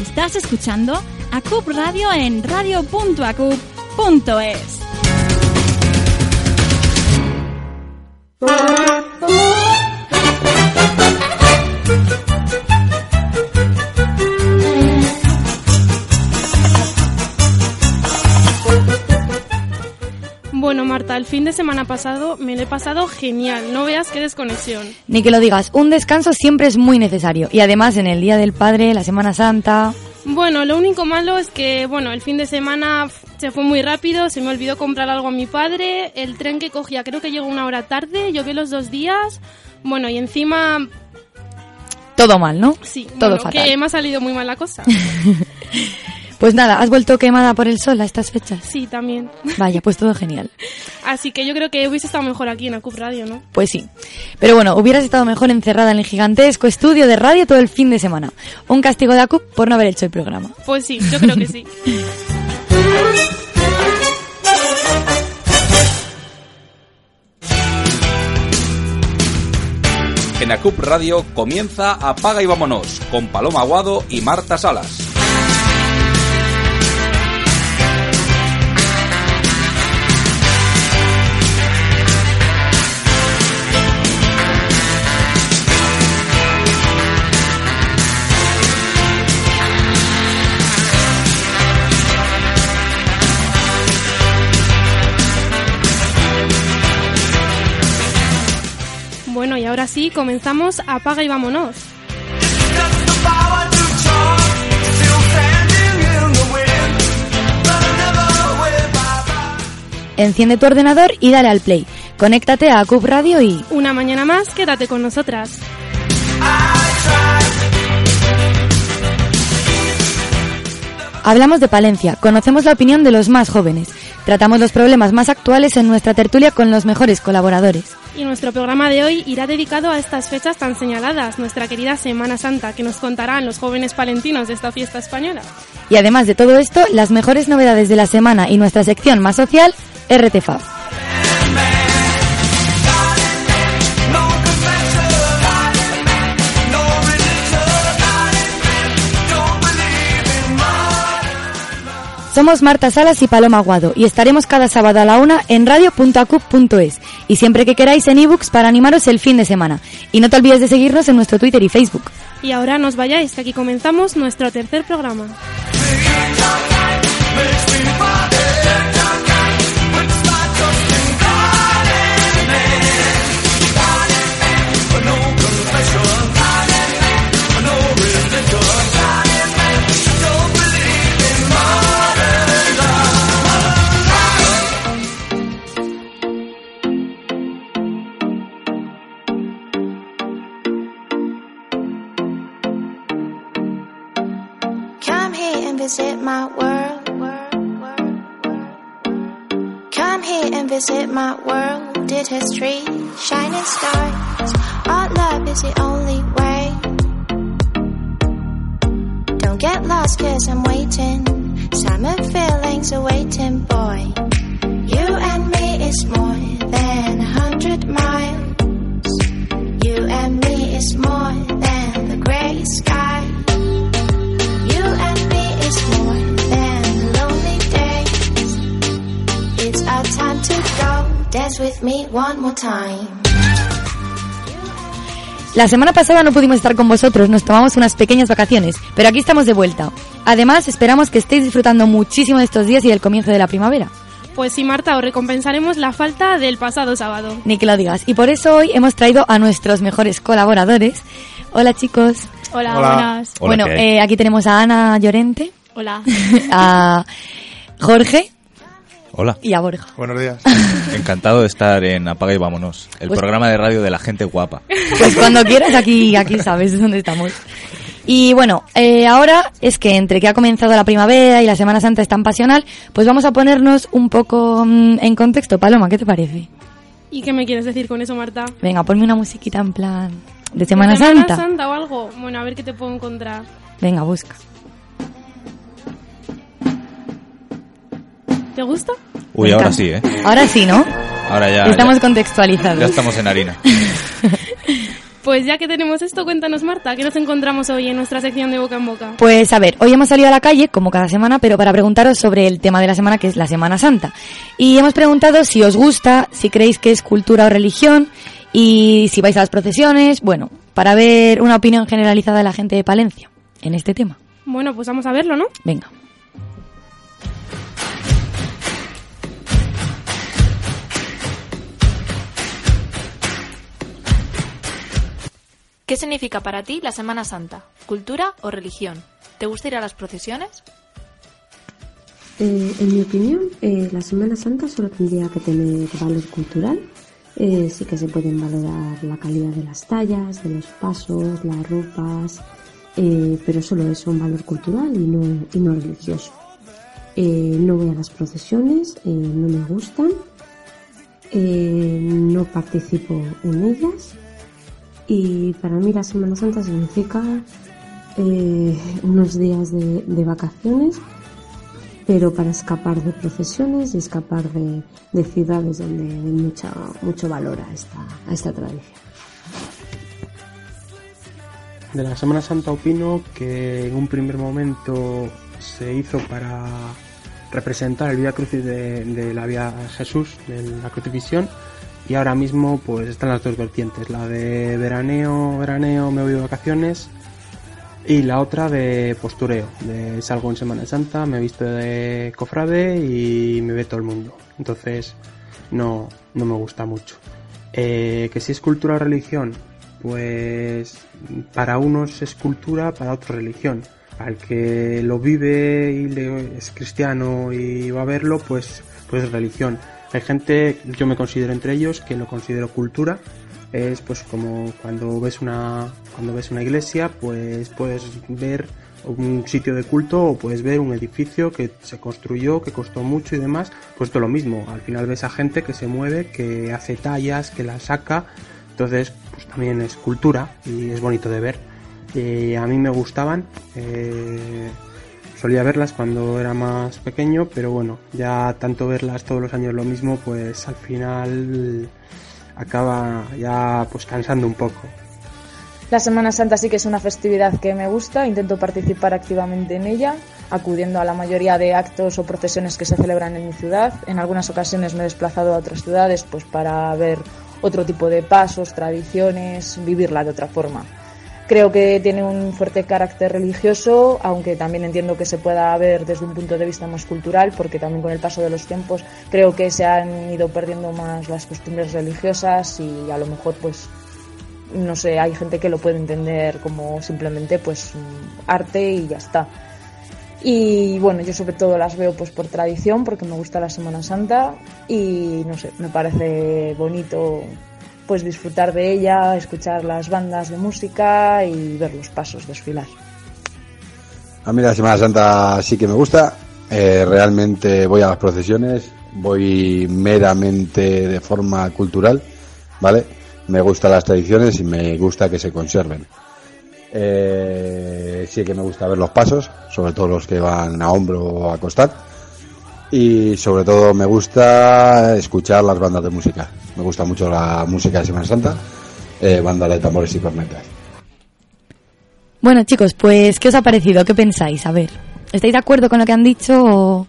Estás escuchando ACUP Radio en radio.acup.es. Bueno, Marta, el fin de semana pasado me lo he pasado genial. No veas qué desconexión. Ni que lo digas, un descanso siempre es muy necesario. Y además en el Día del Padre, la Semana Santa... Bueno, lo único malo es que, bueno, el fin de semana se fue muy rápido, se me olvidó comprar algo a mi padre, el tren que cogía creo que llegó una hora tarde, llovió los dos días, bueno, y encima... Todo mal, ¿no? Sí, todo bueno, fatal. que me ha salido muy mal la cosa. Pues nada, has vuelto quemada por el sol a estas fechas. Sí, también. Vaya, pues todo genial. Así que yo creo que hubiese estado mejor aquí en ACUP Radio, ¿no? Pues sí. Pero bueno, hubieras estado mejor encerrada en el gigantesco estudio de radio todo el fin de semana. Un castigo de ACUP por no haber hecho el programa. Pues sí, yo creo que sí. En ACUP Radio comienza Apaga y Vámonos con Paloma Aguado y Marta Salas. Bueno, y ahora sí, comenzamos Apaga y vámonos. Enciende tu ordenador y dale al play. Conéctate a ACUP Radio y... Una mañana más, quédate con nosotras. Hablamos de Palencia, conocemos la opinión de los más jóvenes, tratamos los problemas más actuales en nuestra tertulia con los mejores colaboradores. Y nuestro programa de hoy irá dedicado a estas fechas tan señaladas, nuestra querida Semana Santa, que nos contarán los jóvenes palentinos de esta fiesta española. Y además de todo esto, las mejores novedades de la semana y nuestra sección más social, RTFAB. Somos Marta Salas y Paloma Aguado y estaremos cada sábado a la una en radio.acup.es y siempre que queráis en ebooks para animaros el fin de semana. Y no te olvides de seguirnos en nuestro Twitter y Facebook. Y ahora nos vayáis, que aquí comenzamos nuestro tercer programa. Come here and visit my world. Come here and visit my world. Did history, shining stars. Our love is the only way. Don't get lost, cause I'm waiting. Summer feelings are waiting, boy. You and me is more than a hundred miles. You and me is more than the gray sky. You and me is more than lonely days. It's our time to go. Dance with me one more time. La semana pasada no pudimos estar con vosotros, nos tomamos unas pequeñas vacaciones, pero aquí estamos de vuelta. Además, esperamos que estéis disfrutando muchísimo de estos días y del comienzo de la primavera. Pues sí, Marta, os recompensaremos la falta del pasado sábado. Ni que lo digas. Y por eso hoy hemos traído a nuestros mejores colaboradores. Hola chicos. Hola, Hola. buenas. Hola, bueno, ¿qué hay? eh, aquí tenemos a Ana Llorente, Hola. a Jorge Hola, y a Borja. buenos días. Encantado de estar en Apaga y Vámonos, el Pues- programa de radio de la gente guapa. Pues cuando quieras aquí, aquí sabes dónde estamos. Y bueno, eh, ahora es que entre que ha comenzado la primavera y la Semana Santa es tan pasional, pues vamos a ponernos un poco mm, en contexto. Paloma, ¿qué te parece? ¿Y qué me quieres decir con eso, Marta? Venga, ponme una musiquita en plan de Semana, ¿De Semana Santa. Santa o algo? Bueno, a ver qué te puedo encontrar. Venga, busca. ¿Te gusta? Uy, Me ahora encanta. sí, ¿eh? Ahora sí, ¿no? Ahora ya. Estamos ya, contextualizados. ya estamos en harina. Pues ya que tenemos esto, cuéntanos, Marta, ¿qué nos encontramos hoy en nuestra sección de Boca en Boca? Pues a ver, hoy hemos salido a la calle, como cada semana, pero para preguntaros sobre el tema de la semana, que es la Semana Santa. Y hemos preguntado si os gusta, si creéis que es cultura o religión, y si vais a las procesiones, bueno, para ver una opinión generalizada de la gente de Palencia en este tema. Bueno, pues vamos a verlo, ¿no? Venga. ¿Qué significa para ti la Semana Santa? ¿Cultura o religión? ¿Te gusta ir a las procesiones? Eh, en mi opinión, eh, la Semana Santa solo tendría que tener valor cultural. Eh, sí que se pueden valorar la calidad de las tallas, de los pasos, las ropas, eh, pero solo es un valor cultural y no, y no religioso. Eh, no voy a las procesiones, eh, no me gustan, eh, no participo en ellas y para mí la Semana Santa significa eh, unos días de- de vacaciones pero para escapar de profesiones y escapar de, de ciudades donde hay mucha, mucho valor a esta, a esta tradición. De la Semana Santa opino que en un primer momento se hizo para representar el Vía Crucis de, de la Vía Jesús, de la crucifixión, y ahora mismo pues están las dos vertientes, la de veraneo, veraneo, me voy de vacaciones, y la otra de postureo, de salgo en Semana Santa, me visto de cofrade y me ve todo el mundo. Entonces no, no me gusta mucho. Eh, que si es cultura o religión, pues para unos es cultura, para otros religión. Al que lo vive y le- es cristiano y va a verlo, pues, pues es religión. Hay gente, yo me considero entre ellos, que lo considero cultura. Es pues como cuando ves una, cuando ves una iglesia, pues puedes ver un sitio de culto o puedes ver un edificio que se construyó, que costó mucho y demás, pues todo lo mismo. Al final ves a gente que se mueve, que hace tallas, que la saca. Entonces, pues también es cultura y es bonito de ver. Eh, a mí me gustaban. eh, solía verlas cuando era más pequeño, pero bueno, ya tanto verlas todos los años lo mismo, pues al final acaba ya pues cansando un poco. La Semana Santa sí que es una festividad que me gusta, intento participar activamente en ella, acudiendo a la mayoría de actos o procesiones que se celebran en mi ciudad. En algunas ocasiones me he desplazado a otras ciudades pues para ver otro tipo de pasos, tradiciones, vivirla de otra forma. Creo que tiene un fuerte carácter religioso, aunque también entiendo que se pueda ver desde un punto de vista más cultural, porque también con el paso de los tiempos creo que se han ido perdiendo más las costumbres religiosas y a lo mejor pues no sé, hay gente que lo puede entender como simplemente pues mm, arte y ya está. Y bueno, yo sobre todo las veo pues por tradición, porque me gusta la Semana Santa y no sé, me parece bonito pues disfrutar de ella, escuchar las bandas de música y ver los pasos desfilar. A mí la Semana Santa sí que me gusta. Eh, realmente voy a las procesiones, voy meramente de forma cultural, ¿vale? Me gustan las tradiciones y me gusta que se conserven. Eh, sí que me gusta ver los pasos, sobre todo los que van a hombro o a costar. Y sobre todo me gusta escuchar las bandas de música. Me gusta mucho la música de Semana Santa, eh, bandas de tambores y cornetas. Bueno, chicos, pues, ¿qué os ha parecido? ¿Qué pensáis? A ver, ¿estáis de acuerdo con lo que han dicho o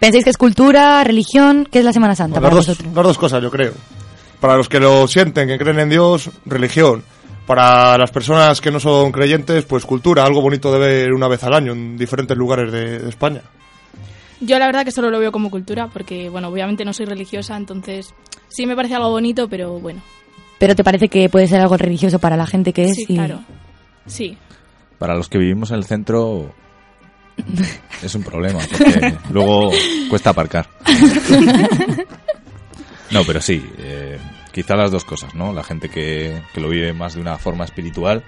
pensáis que es cultura, religión? ¿Qué es la Semana Santa Las para dos, vosotros? las dos cosas, yo creo. Para los que lo sienten, que creen en Dios, religión. Para las personas que no son creyentes, pues cultura, algo bonito de ver una vez al año en diferentes lugares de, de España. Yo la verdad que solo lo veo como cultura, porque, bueno, obviamente no soy religiosa, entonces sí me parece algo bonito, pero bueno, Pero te parece que puede ser algo religioso para la gente que es sí, y- claro. Sí. Para los que vivimos en el centro es un problema, porque luego cuesta aparcar. No, pero sí, eh, quizá las dos cosas, ¿no? La gente que, que lo vive más de una forma espiritual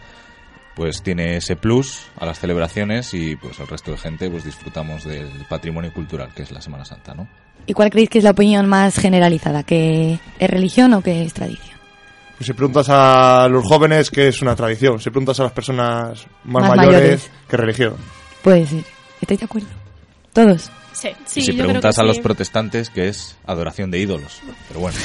pues tiene ese plus a las celebraciones y pues el resto de gente pues disfrutamos del patrimonio cultural que es la Semana Santa, ¿no? ¿Y cuál creéis que es la opinión más generalizada? ¿Que es religión o que es tradición? Pues si preguntas a los jóvenes, que es una tradición. Si preguntas a las personas más, Más mayores, mayores. que religión. Puede ser. ¿Estáis de acuerdo? ¿Todos? Sí, y si preguntas a los protestantes, que es adoración de ídolos. Pero bueno,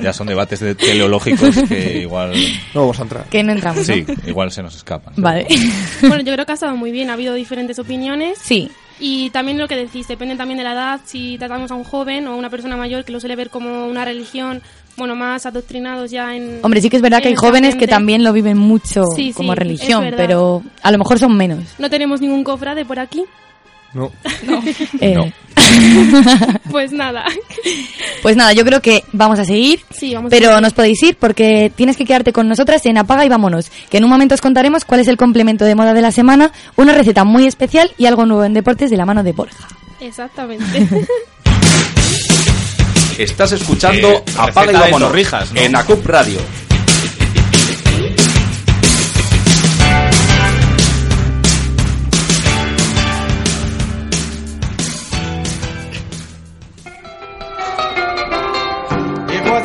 ya son debates de- teleológicos que igual... No vamos a entrar. Que no entramos, ¿no? Sí, igual se nos escapan. Vale. Bueno, yo creo que ha estado muy bien, ha habido diferentes opiniones. Sí. Y también lo que decís, depende también de la edad, si tratamos a un joven o a una persona mayor que lo suele ver como una religión, bueno, más adoctrinados ya en... Hombre, sí que es verdad que en hay esta jóvenes que gente. también lo viven mucho Sí, sí, como es religión, verdad. pero a lo mejor son menos. No tenemos ningún cofrade por aquí. No. Eh, pues nada. Pues nada, yo creo que vamos a seguir. Sí, vamos pero a seguir. nos podéis ir porque tienes que quedarte con nosotras en Apaga y Vámonos, que en un momento os contaremos cuál es el complemento de moda de la semana, una receta muy especial y algo nuevo en deportes de la mano de Borja. Exactamente. Estás escuchando Apaga y Eh, receta de Vámonos torrijas, ¿no? en ACUP Radio. It was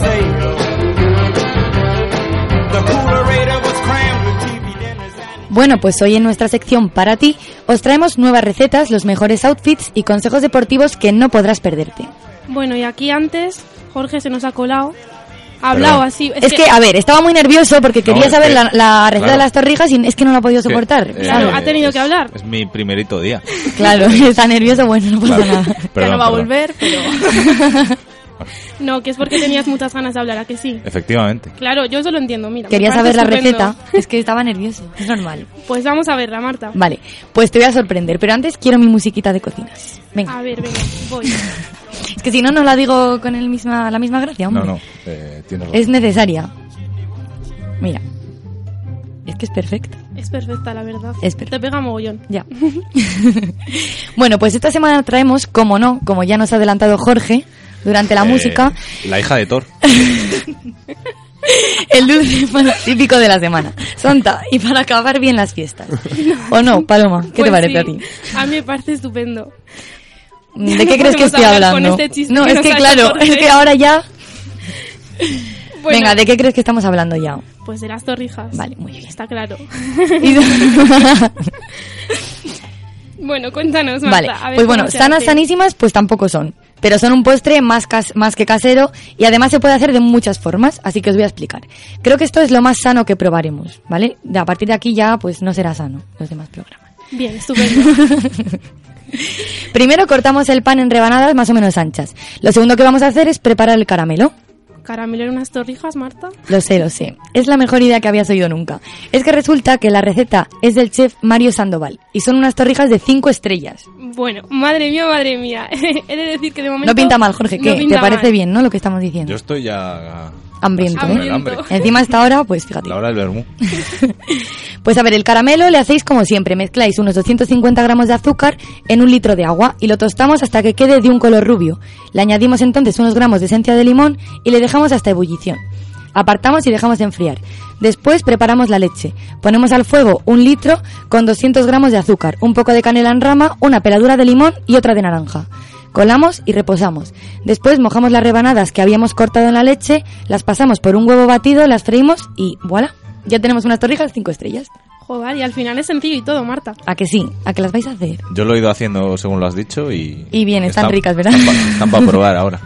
sale. The coolerator was crammed with TV dinners. Bueno, pues hoy en nuestra sección para ti os traemos nuevas recetas, los mejores outfits y consejos deportivos que no podrás perderte. Bueno, y aquí antes Jorge se nos ha colado. Ha hablado así. Es, que, a ver, estaba muy nervioso porque quería es saber que- la, la receta claro. de las torrijas y es que no la ha podido Sí, soportar. eh, ¿sabes? ha tenido que hablar. Es mi primerito día. Claro, está nervioso, bueno, no pasa eh, Claro. nada. Perdón, no va a perdón. volver, pero... no, que es porque tenías muchas ganas de hablar, ¿a que sí? Efectivamente. Claro, yo eso lo entiendo, mira. me Quería parece saber la estupendo. receta, es que estaba nervioso, es normal. Pues vamos a verla, Marta. Vale, pues te voy a sorprender, pero antes quiero mi musiquita de cocinas. Venga, A ver, venga, voy. es que si no, no la digo con el misma, la misma gracia, hombre. No, no, eh, tienes razón. Es necesaria. Mira, es que es perfecta. Es perfecta, la verdad. Es Te perfecta. pega mogollón. Ya. Bueno, pues esta semana traemos, como no, como ya nos ha adelantado Jorge, durante la Eh, música, La hija de Thor. el dulce más típico de la semana. Santa, y para acabar bien las fiestas. ¿O no, Paloma? ¿Qué Pues te parece sí, a ti? A mí me parece estupendo. ¿De No qué crees que podemos estoy hablar con hablando? este chiste no, que es nos que ha claro, hecho Jorge. es que ahora ya. Bueno. Venga, ¿de qué crees que estamos hablando ya? Pues de las torrijas. Vale, muy bien. Está claro. Y- bueno, cuéntanos, Marta. vale, a ver cómo pues bueno, se sanas, hace. sanísimas, pues tampoco son. Pero son un postre más, cas- más que casero y además se puede hacer de muchas formas, así que os voy a explicar. Creo que esto es lo más sano que probaremos, ¿vale? De- A partir de aquí ya, pues no será sano los demás programas. Bien, estupendo. Primero cortamos el pan en rebanadas más o menos anchas. Lo segundo que vamos a hacer es preparar el caramelo. Caramelo en unas torrijas, Marta. Lo sé, lo sé. Es la mejor idea que habías oído nunca. Es que resulta que la receta es del chef Mario Sandoval y son unas torrijas de cinco estrellas. Bueno, madre mía, madre mía. He de decir que de momento... No pinta mal, Jorge, no ¿qué? ¿Te pinta parece mal. bien, no? Lo que estamos diciendo. Yo estoy ya... Hambriento, así con el ¿eh? hambre. Encima hasta ahora, pues fíjate. La hora del vermú. Pues a ver, el caramelo le hacéis como siempre. Mezcláis unos 250 gramos de azúcar en un litro de agua y lo tostamos hasta que quede de un color rubio. Le añadimos entonces unos gramos de esencia de limón y le dejamos hasta ebullición. Apartamos y dejamos enfriar. Después preparamos la leche. Ponemos al fuego un litro con 200 gramos de azúcar, un poco de canela en rama, una peladura de limón y otra de naranja. Colamos y reposamos. Después mojamos las rebanadas que habíamos cortado en la leche, las pasamos por un huevo batido, las freímos y voilà. Ya tenemos unas torrijas cinco estrellas. Joder, y al final es sencillo y todo, Marta. ¿A que sí? ¿A que las vais a hacer? Yo lo he ido haciendo según lo has dicho y... Y bien, están está- ricas, ¿verdad? Están para probar ahora.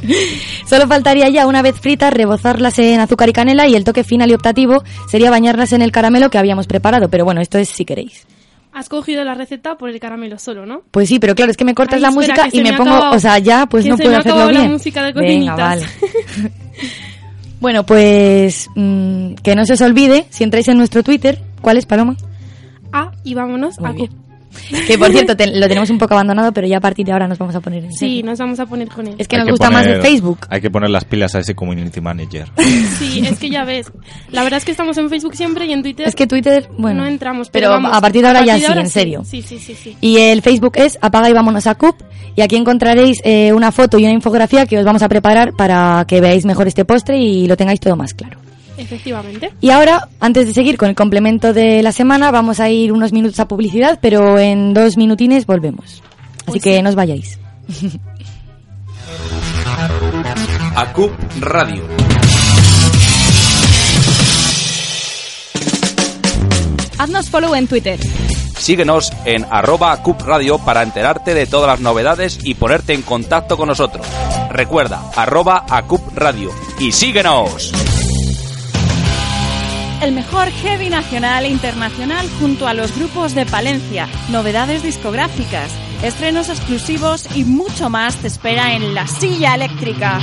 Solo faltaría ya, una vez fritas, rebozarlas en azúcar y canela y el toque final y optativo sería bañarlas en el caramelo que habíamos preparado. Pero bueno, esto es si queréis. Has cogido la receta por el caramelo solo, ¿no? Pues sí, pero claro, es que me cortas Ay, la espera, música que y se me, ha pongo, acabado- o sea, ya pues que no se puedo me ha hacerlo acabado bien. la música de Venga, cocinitas. vale. Bueno, pues mm, que no se os olvide, si entráis en nuestro Twitter, ¿cuál es Paloma? Ah, y vámonos a Cup. Que por cierto, te- lo tenemos un poco abandonado, pero ya a partir de ahora nos vamos a poner en Sí, serio. nos vamos a poner con él. Es que Hay nos gusta más poner- de Facebook. Hay que poner las pilas a ese community manager. Sí, es que ya ves. La verdad es que estamos en Facebook siempre y en Twitter. Es que Twitter, bueno. no entramos. pero Pero, vamos, a partir de ahora ya sí, en sí. serio. Sí, sí, sí, sí. Y el Facebook es Apaga y Vámonos a CUP. Y aquí encontraréis eh, una foto y una infografía que os vamos a preparar para que veáis mejor este postre y lo tengáis todo más claro. Efectivamente. Y ahora, antes de seguir con el complemento de la semana, vamos a ir unos minutos a publicidad, pero en dos minutines volvemos. Así que no os vayáis. ACUP Radio. Haznos follow en Twitter. Síguenos en arroba ACUP Radio para enterarte de todas las novedades y ponerte en contacto con nosotros. Recuerda, arroba ACUP Radio. Y síguenos. El mejor heavy nacional e internacional junto a los grupos de Palencia, novedades discográficas, estrenos exclusivos y mucho más te espera en La Silla Eléctrica.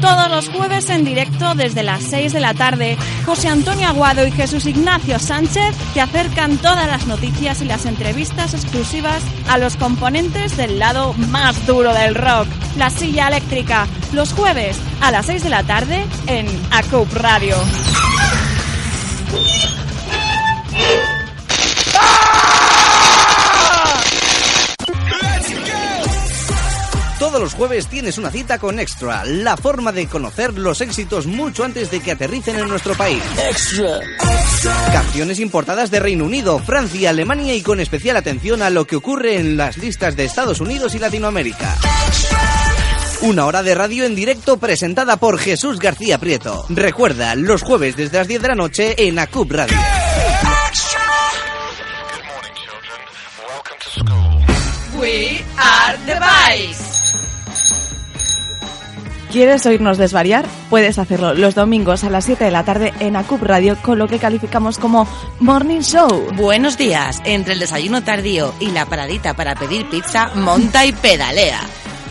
Todos los jueves en directo desde las 6 de la tarde, José Antonio Aguado y Jesús Ignacio Sánchez te acercan todas las noticias y las entrevistas exclusivas a los componentes del lado más duro del rock, La Silla Eléctrica, los jueves a las 6 de la tarde en ACUP Radio. Todos los jueves tienes una cita con Extra, la forma de conocer los éxitos mucho antes de que aterricen en nuestro país. Extra. Canciones importadas de Reino Unido, Francia, Alemania y con especial atención a lo que ocurre en las listas de Estados Unidos y Latinoamérica. Una hora de radio en directo presentada por Jesús García Prieto. Recuerda, los jueves desde las 10 de la noche en ACUB Radio. We are the Vice. ¿Quieres oírnos desvariar? Puedes hacerlo los domingos a las 7 de la tarde en ACUP Radio con lo que calificamos como Morning Show. Buenos días. Entre el desayuno tardío y la paradita para pedir pizza, monta y pedalea.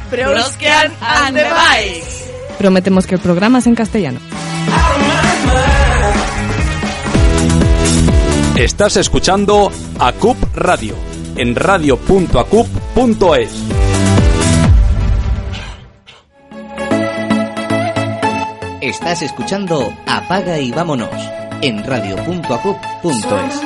Broskean and the Vice. Prometemos que el programa es en castellano. Estás escuchando ACUP Radio en radio.acup.es. Estás escuchando Apaga y Vámonos en radio.acup.es.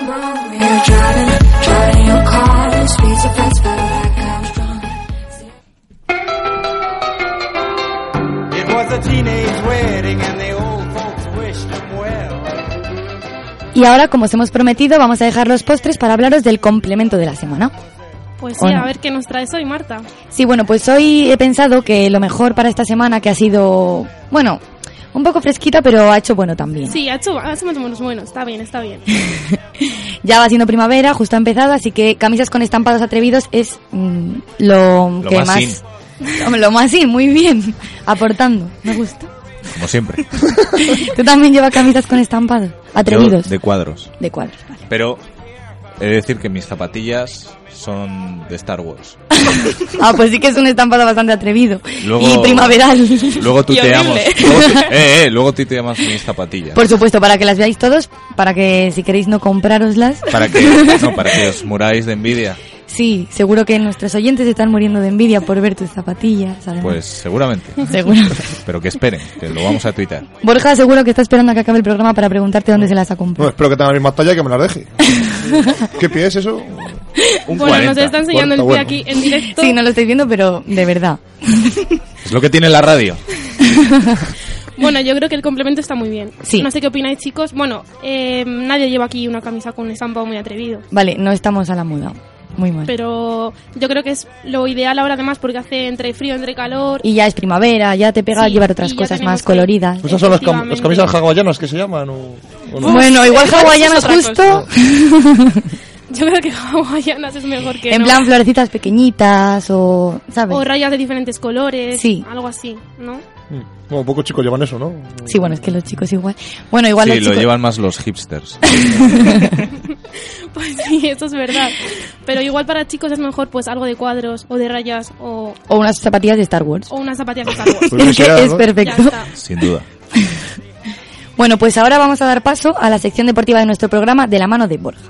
It was a teenage wedding and the old folks wished him well. Y ahora, como os hemos prometido, vamos a dejar los postres para hablaros del complemento de la semana. Pues ¿O sí, no? a ver qué nos traes hoy, Marta. Sí, bueno, pues hoy he pensado que lo mejor para esta semana, que ha sido, bueno, un poco fresquita, pero ha hecho bueno también. Sí, ha hecho, ha hecho más o menos bueno. Está bien, está bien. Ya va siendo primavera, justo ha empezado, así que camisas con estampados atrevidos es mm, lo, Lo que más más... Hombre, lo más sí, muy bien, aportando, me gusta. Como siempre. Tú también llevas camisas con estampados atrevidos. Yo de cuadros. De cuadros. Pero he de decir que mis zapatillas son de Star Wars. Ah, pues sí que es un estampado bastante atrevido. Luego- y primaveral. Luego Y tuiteamos. horrible. Luego, tu- eh, eh, luego tuiteamos mis zapatillas. Por supuesto, para que las veáis todos, para que si queréis no compraroslas. Para que, no, para que os muráis de envidia. Sí, seguro que nuestros oyentes están muriendo de envidia por ver tus zapatillas. además. Pues seguramente. Seguro. Pero que esperen, que lo vamos a tuitar. Borja, seguro que está esperando a que acabe el programa para preguntarte dónde se las ha comprado. No, espero que tenga la misma talla y que me la deje. ¿Qué pie es eso? Un Bueno, nos está enseñando el pie bueno. aquí en directo. Sí, no lo estoy viendo, pero de verdad. Es lo que tiene la radio. Bueno, yo creo que el complemento está muy bien. Sí. No sé qué opináis, chicos. Bueno, eh, nadie lleva aquí una camisa con un estampado muy atrevido. Vale, no estamos a la moda. Muy mal. Pero yo creo que es lo ideal ahora además porque hace entre frío, entre calor. Y ya es primavera, ya te pega Sí, llevar otras y ya cosas tenemos más que- coloridas. Esas son las, cam- Efectivamente. las camisas hawaianas que se llaman. o- o no? Bueno, igual hawaianas Eso es otra justo. Yo creo que hawaianas es mejor que en no. plan florecitas pequeñitas o, ¿sabes? o rayas de diferentes colores, Sí. algo así, ¿no? Bueno, pocos chicos llevan eso, ¿no? Sí, bueno, es que los chicos igual. Bueno, igual sí, los lo chicos- llevan más los hipsters. Pues sí, eso es verdad. Pero igual para chicos es mejor pues algo de cuadros o de rayas o, O unas zapatillas de Star Wars. o unas zapatillas de Star Wars. Pues Es que sea, es ¿no? perfecto. Ya está. Sin duda. Bueno, pues ahora vamos a dar paso a la sección deportiva de nuestro programa de la mano de Borja.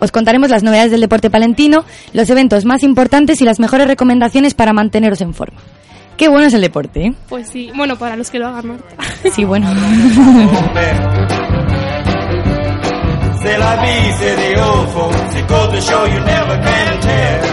Os contaremos las novedades del deporte palentino, los eventos más importantes y las mejores recomendaciones para manteneros en forma. Qué bueno es el deporte, ¿eh? Pues sí, bueno, para los que lo hagan, Marta. Sí, bueno. C'est la vie, c'est the old folks. It goes to show you never can tell.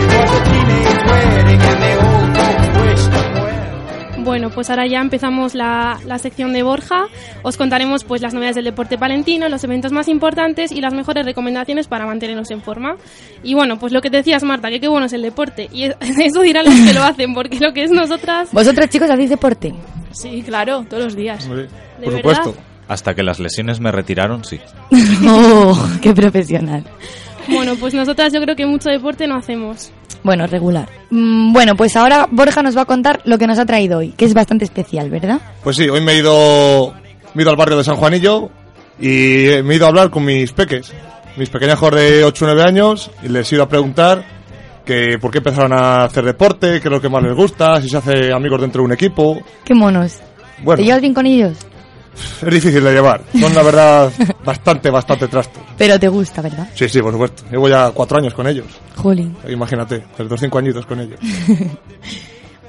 It was a teenage wedding and the old folks wished them well. Bueno, pues ahora ya empezamos la, la sección de Borja. Os contaremos pues las novedades del deporte palentino, los eventos más importantes y las mejores recomendaciones para mantenernos en forma. Y bueno, pues lo que te decías Marta, que qué bueno es el deporte. Y es- eso dirán los que lo hacen, porque lo que es nosotras... ¿Vosotros chicos hacéis deporte? Sí, claro, todos los días. Hombre, ¿De por verdad? supuesto. Hasta que las lesiones me retiraron, sí. ¡Oh, qué profesional! Bueno, pues nosotras yo creo que mucho deporte no hacemos. Bueno, regular. Mm, bueno, pues ahora Borja nos va a contar lo que nos ha traído hoy, que es bastante especial, ¿verdad? Pues sí, hoy me he ido, me he ido al barrio de San Juanillo y me he ido a hablar con mis peques, mis pequeñajos de 8 o 9 años, y les he ido a preguntar que por qué empezaron a hacer deporte, qué es lo que más les gusta, si se hace amigos dentro de un equipo. ¡Qué monos! Bueno. ¿Te llevas bien con ellos? Es difícil de llevar, son la verdad bastante, bastante trastos. Pero te gusta, ¿verdad? Sí, sí, por supuesto. Llevo ya cuatro años con ellos. Jolín. Imagínate, desde los cinco añitos con ellos.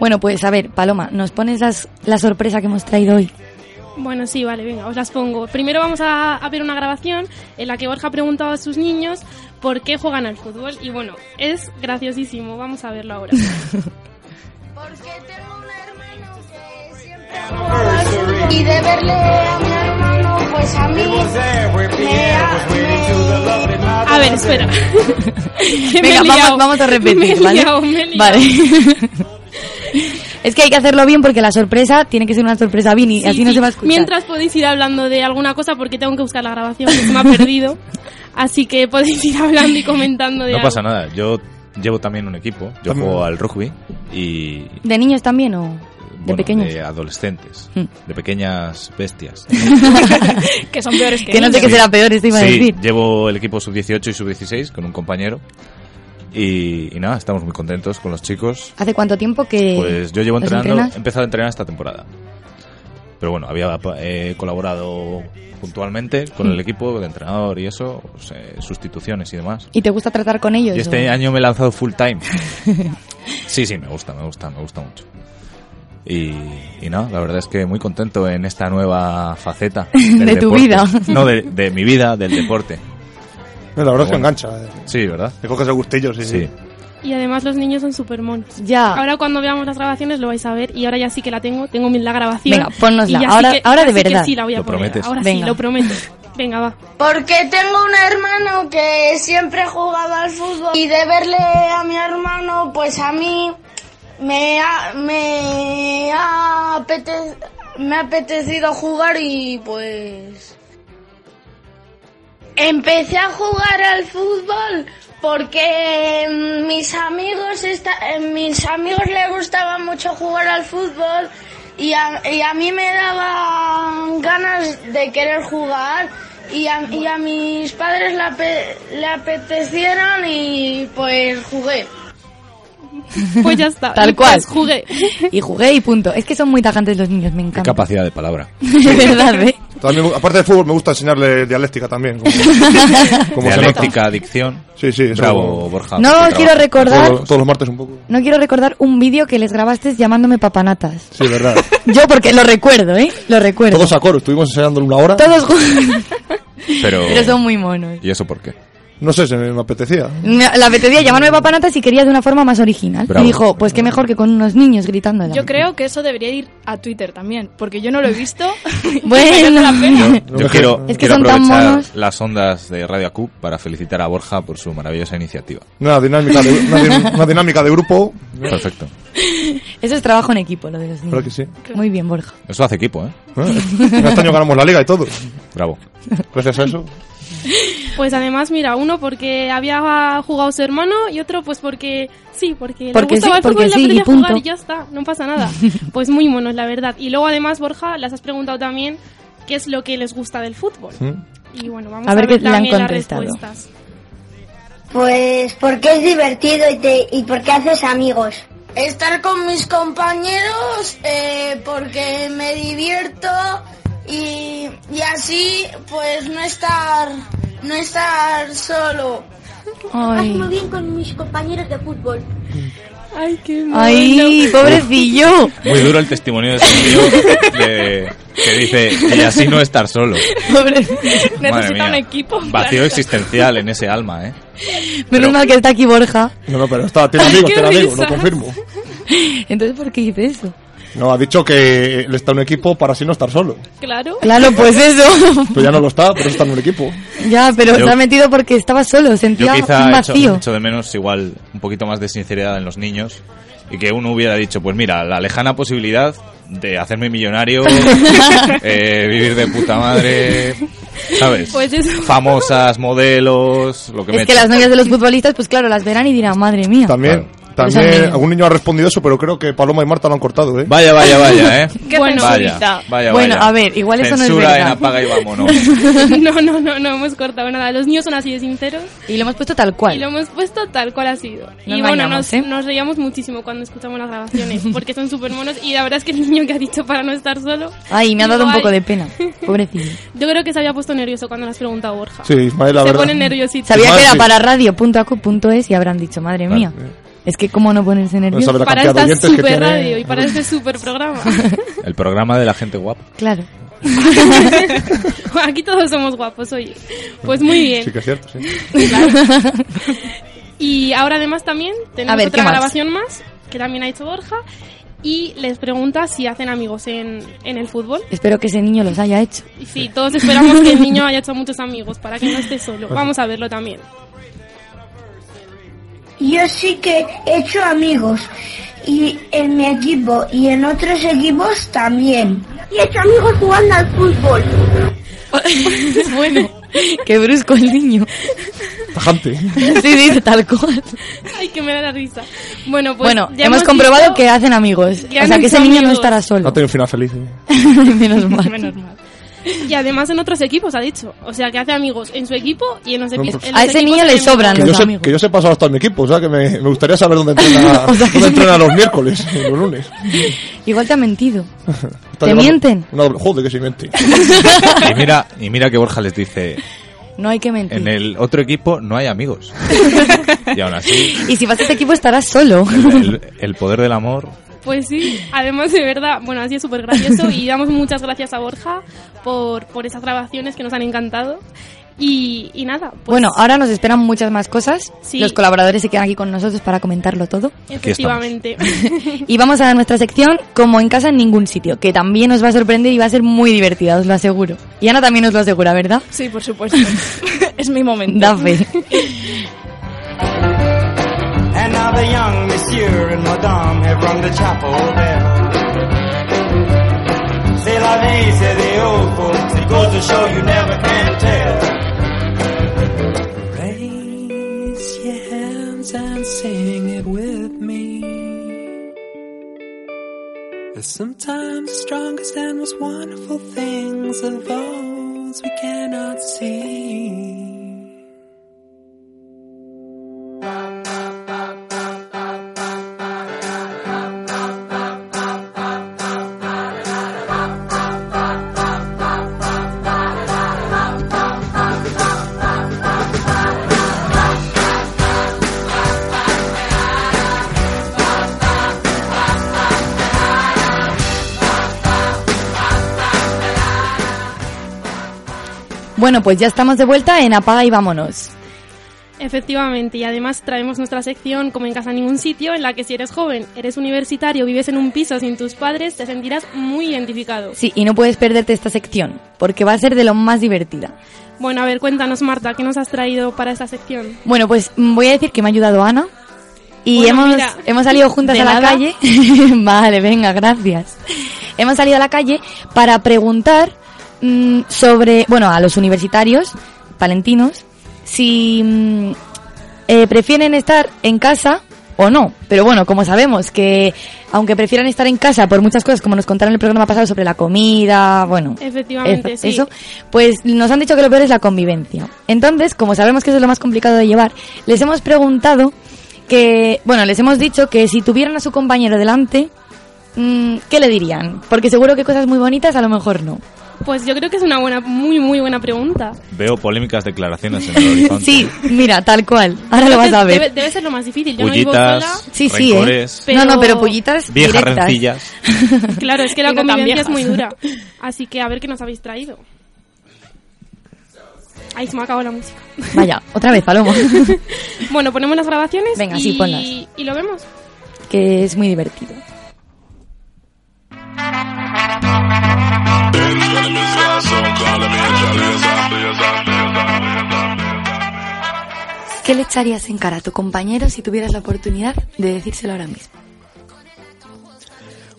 Bueno, pues a ver, Paloma, ¿nos pones las, la sorpresa que hemos traído hoy? Bueno, sí, vale, venga, os las pongo. Primero vamos a, a ver una grabación en la que Borja ha preguntado a sus niños por qué juegan al fútbol. Y bueno, es graciosísimo, vamos a verlo ahora. Y de verle a mi hermano, pues a mí. It was there where Pierre was waiting to the lovely mother. A ver, espera. Que me he Venga, liado. vamos, vamos a repetir, Me he ¿vale? liado, me he liado. Vale. es que hay que hacerlo bien porque la sorpresa tiene que ser una sorpresa Vini, Sí, así no sí. se va a escuchar. Mientras podéis ir hablando de alguna cosa porque tengo que buscar la grabación que se me ha perdido. Así que podéis ir hablando y comentando de No algo. pasa nada, yo llevo también un equipo, yo juego al rugby y ¿De niños también o de bueno, pequeños? de adolescentes, Mm. de pequeñas bestias. que son peores que Que no sé qué Sí. será peor, esto iba a Sí, decir. Llevo el equipo sub-18 y sub-16 con un compañero. Y, y nada, estamos muy contentos con los chicos. ¿Hace cuánto tiempo que Pues yo llevo Eh, los entrenando, entrenas? he empezado a entrenar esta temporada. Pero bueno, había eh, colaborado puntualmente con el equipo de entrenador y eso, pues, eh, sustituciones y demás. ¿Y te gusta tratar con ellos? Y este o? año me he lanzado full time. Sí, sí, me gusta, me gusta, me gusta mucho. Y, y no, la verdad es que muy contento en esta nueva faceta. del De tu deporte. vida. No, de, de mi vida, del deporte. No, la verdad es que engancha. eh. Sí, ¿verdad? Te coges el gustillo, sí. Sí, Y además los niños son súper monos. Ya. Ahora cuando veamos las grabaciones lo vais a ver y ahora ya sí que la tengo, tengo mi- la grabación. Venga, ponnosla. Y ya Ahora- sí que, ahora ya de sí que verdad. sí la voy a Lo poner. prometes. Ahora sí, Venga. lo prometo. Venga, va. Porque tengo un hermano que siempre jugaba al fútbol y de verle a mi hermano, pues a mí me ha, me ha, apete- me ha apetecido jugar y pues... Empecé a jugar al fútbol porque mm, mis amigos esta- eh, mis amigos le gustaba mucho jugar al fútbol y a, y a mí me daban ganas de querer jugar y a, y a mis padres le, ape- le apetecieron y pues jugué. Pues ya está. Tal cual. Pues jugué. Y jugué y punto. Es que son muy tajantes los niños, me qué encanta. capacidad de palabra. De verdad, ¿eh? También, aparte de fútbol, me gusta enseñarle dialéctica también. Como, como se nota. Dialéctica, adicción. Sí, sí, eso. Bravo, Borja. No Bravo. quiero recordar- Todos, todos los martes un poco. No quiero recordar un vídeo que les grabaste llamándome papanatas. Sí, verdad. Yo porque lo recuerdo, ¿eh? Lo recuerdo. todos a coro, estuvimos enseñándole una hora. Todos juntos. Pero, Pero son muy monos. ¿Y eso por qué? No sé, se me, me apetecía. Me- La apetecía llamarme papanatas y quería de una forma más original. Bravo. Y dijo, pues qué mejor que con unos niños gritándola. Yo creo que eso debería ir a Twitter también, porque yo no lo he visto. Bueno. Yo quiero, Es que quiero son tan aprovechar monos. las ondas de Radio ACUP para felicitar a Borja por su maravillosa iniciativa. Una dinámica de, una, din- una dinámica de grupo. Perfecto. Eso es trabajo en equipo, lo de los niños. Claro que sí. Muy bien, Borja. Eso hace equipo, ¿eh? En este año ganamos la liga y todo. Bravo. Gracias a eso. Pues además, mira, uno porque había jugado su hermano y otro pues porque sí, porque, Porque le gustaba sí, el fútbol porque y le sí, y apetecía punto. jugar y ya está, no pasa nada. Pues muy monos, la verdad. Y luego además, Borja, las has preguntado también qué es lo que les gusta del fútbol. Y bueno, vamos a A ver, ver qué le han también las contestado. respuestas. Pues porque es divertido y, te, y porque haces amigos. Estar con mis compañeros eh, porque me divierto y, y así pues no estar no estar solo. Ay, bien con mis compañeros de fútbol. Ay, qué Ay, pobrecillo. Muy duro el testimonio de ese tío de- que dice, y así no estar solo. Pobre. Madre Necesita mía. un equipo. Vacío existencial en ese alma, ¿eh? Menos mal que está aquí Borja. No, no, pero está, tiene Ay, amigos, qué tiene amigos, risa. lo confirmo. Entonces, ¿por qué hice eso? No, ha dicho que él está en un equipo para así no estar solo. Claro. Claro, pues eso. Pues ya no lo está, pero está en un equipo. Ya, pero Yo- se ha metido porque estaba solo, Yo sentía un quizá echo, vacío. echo de menos igual un poquito más de sinceridad en los niños y que uno hubiera dicho, pues mira, la lejana posibilidad de hacerme millonario, eh, vivir de puta madre, ¿sabes? Pues eso. Famosas, modelos, lo que me Es que eche. las novias de los futbolistas, pues claro, las verán y dirán, madre mía. También, Pero son también niños. algún niño ha respondido eso, pero creo que Paloma y Marta lo han cortado, ¿eh? Vaya, vaya, vaya, ¿eh? Qué Bueno. censurita. Vaya, vaya, Bueno, vaya. a ver, igual eso no es Censura en verdad. apaga y vámonos. No, no, no, no hemos cortado nada. Los niños son así de sinceros. Y lo hemos puesto tal cual. ¿eh? Y lo hemos puesto tal cual ha sido. y bueno, engañamos, nos, nos reíamos muchísimo cuando escuchamos las grabaciones, porque son súper monos. Y la verdad es que el niño que ha dicho para no estar solo. Ay, me ha dado un igual- poco de pena. Pobrecillo. Yo creo que se había puesto nervioso cuando las has preguntado a Borja. Sí, Ismael, la se verdad. pone nerviosito. Sabía que era sí. para radio.acu.es y habrán dicho, madre mía. Es que cómo no ponerse nervioso. sabe la para cantidad de esta oyentes que super tiene. radio y para este super programa. El programa de la gente guapa. Claro. Aquí todos somos guapos, oye. Pues muy bien. Sí que es cierto, sí. Claro. Y ahora además también tenemos A ver, otra ¿qué más? grabación más, que también ha hecho Borja, y les pregunta si hacen amigos en, en el fútbol. Espero que ese niño los haya hecho. Y sí, todos esperamos que el niño haya hecho muchos amigos para que no esté solo. Vamos a verlo también. Yo sí que he hecho amigos y en mi equipo y en otros equipos también. Y he hecho amigos jugando al fútbol. bueno, qué brusco el niño. Tajante. Sí, dice tal cual. Ay, que me da la risa. Bueno, pues bueno, ya hemos, comprobado visto- que hacen amigos. que o sea, han que ese hecho niño no amigos. estará No ha solo. tenido un final feliz. ¿eh? Menos mal. Y además en otros equipos, ha dicho. O sea, que hace amigos en su equipo y en los, equi- en los A ese equipos niño le enemigos. sobran Que yo, los sé, amigos. que yo sé pasar hasta mi equipo, o sea que me, me gustaría saber dónde entrena, dónde entrena los miércoles, y los lunes. Igual te ha mentido. Está ¿Te llevando mienten? una doble- joder, que sí miente. Y mira, y mira que Borja les dice, No hay que mentir. en el otro equipo no hay amigos. Y aún así, Y si vas a este equipo estarás solo. el, el poder del amor... Pues sí, además de verdad, bueno, ha sido súper gracioso y damos muchas gracias a Borja por, por esas grabaciones que nos han encantado. Y, y nada, pues Bueno, ahora nos esperan muchas más cosas. Sí. Los colaboradores se quedan aquí con nosotros para comentarlo todo. efectivamente. Y vamos a nuestra sección Como en casa en ningún sitio, que también os va a sorprender y va a ser muy divertida, os lo aseguro. Y Ana también os lo asegura, ¿verdad? Sí, por supuesto. es mi momento. Da fe. And now the young monsieur and madame have rung the chapel bell. C'est la vie, say the old folks. It goes to show you never can tell. Raise your hands and sing it with me. Sometimes the strongest and most wonderful things are those we cannot see. Bueno, pues ya estamos de vuelta en Apaga y vámonos. Efectivamente, y además traemos nuestra sección Como en casa en ningún sitio, en la que si eres joven, eres universitario, vives en un piso sin tus padres, te sentirás muy identificado. Sí, y no puedes perderte esta sección, porque va a ser de lo más divertida. Bueno, a ver, cuéntanos Marta, ¿qué nos has traído para esta sección? Bueno, pues mm, voy a decir que me ha ayudado Ana. Y Bueno, hemos, mira, hemos salido juntas de a la nada. calle. vale, venga, gracias. Hemos salido a la calle para preguntar mm, sobre, bueno, a los universitarios palentinos si mm, eh, prefieren estar en casa o no. Pero bueno, como sabemos que aunque prefieran estar en casa por muchas cosas, como nos contaron en el programa pasado sobre la comida, bueno, Efectivamente, eso, sí. eso, pues nos han dicho que lo peor es la convivencia. Entonces, como sabemos que eso es lo más complicado de llevar, les hemos preguntado que, bueno, les hemos dicho que si tuvieran a su compañero delante, mm, ¿qué le dirían? Porque seguro que cosas muy bonitas a lo mejor no. Pues yo creo que es una buena, muy, muy buena pregunta. Veo polémicas declaraciones en el horizonte. Sí, mira, tal cual. Ahora lo vas a Debe, ver. debe ser lo más difícil. Yo no vivo Pullitas, sola. Sí, sí, ¿eh? rencores, No, no, pero pullitas viejas directas. rencillas. Claro, es que la Y no tan convivencia es viejas. muy dura. Así que a ver qué nos habéis traído. Ahí se me ha acabado la música. Vaya, otra vez, Paloma. Bueno, ponemos las grabaciones Venga, y, sí, ponlas. y lo vemos. que es muy divertido. ¿Qué le echarías en cara a tu compañero si tuvieras la oportunidad de decírselo ahora mismo?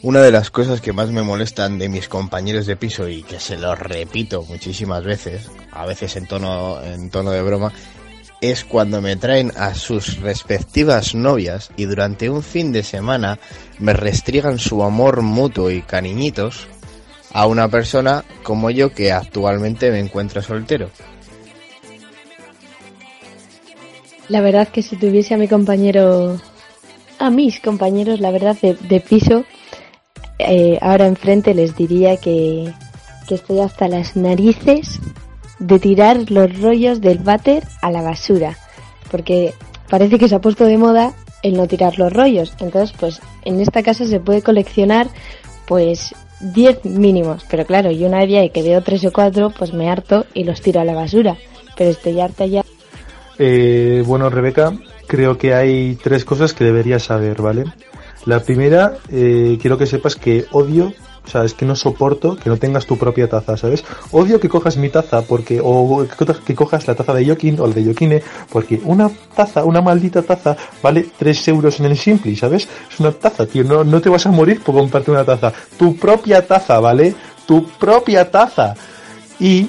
Una de las cosas que más me molestan de mis compañeros de piso y que se lo repito muchísimas veces, a veces en tono, en tono de broma, es cuando me traen a sus respectivas novias y durante un fin de semana me restriegan su amor mutuo y cariñitos a una persona como yo que actualmente me encuentro soltero. La verdad que si tuviese a mi compañero, a mis compañeros, la verdad, de, de piso, eh, ahora enfrente les diría que, que estoy hasta las narices de tirar los rollos del váter a la basura. Porque parece que se ha puesto de moda el no tirar los rollos. Entonces, pues en esta casa se puede coleccionar pues 10 mínimos. Pero claro, yo una día que veo tres o cuatro, pues me harto y los tiro a la basura. Pero estoy harta ya. Eh, bueno, Rebeca, creo que hay tres cosas que deberías saber, ¿vale? La primera, eh, quiero que sepas que odio, o sea, es que no soporto que no tengas tu propia taza, ¿sabes? Odio que cojas mi taza porque, o que co- que cojas la taza de Yokin o la de Yokine, porque una taza, una maldita taza, vale 3 euros en el Simpli, ¿sabes? Es una taza, tío, no, no te vas a morir por comprarte una taza. Tu propia taza, ¿vale? Tu propia taza. Y,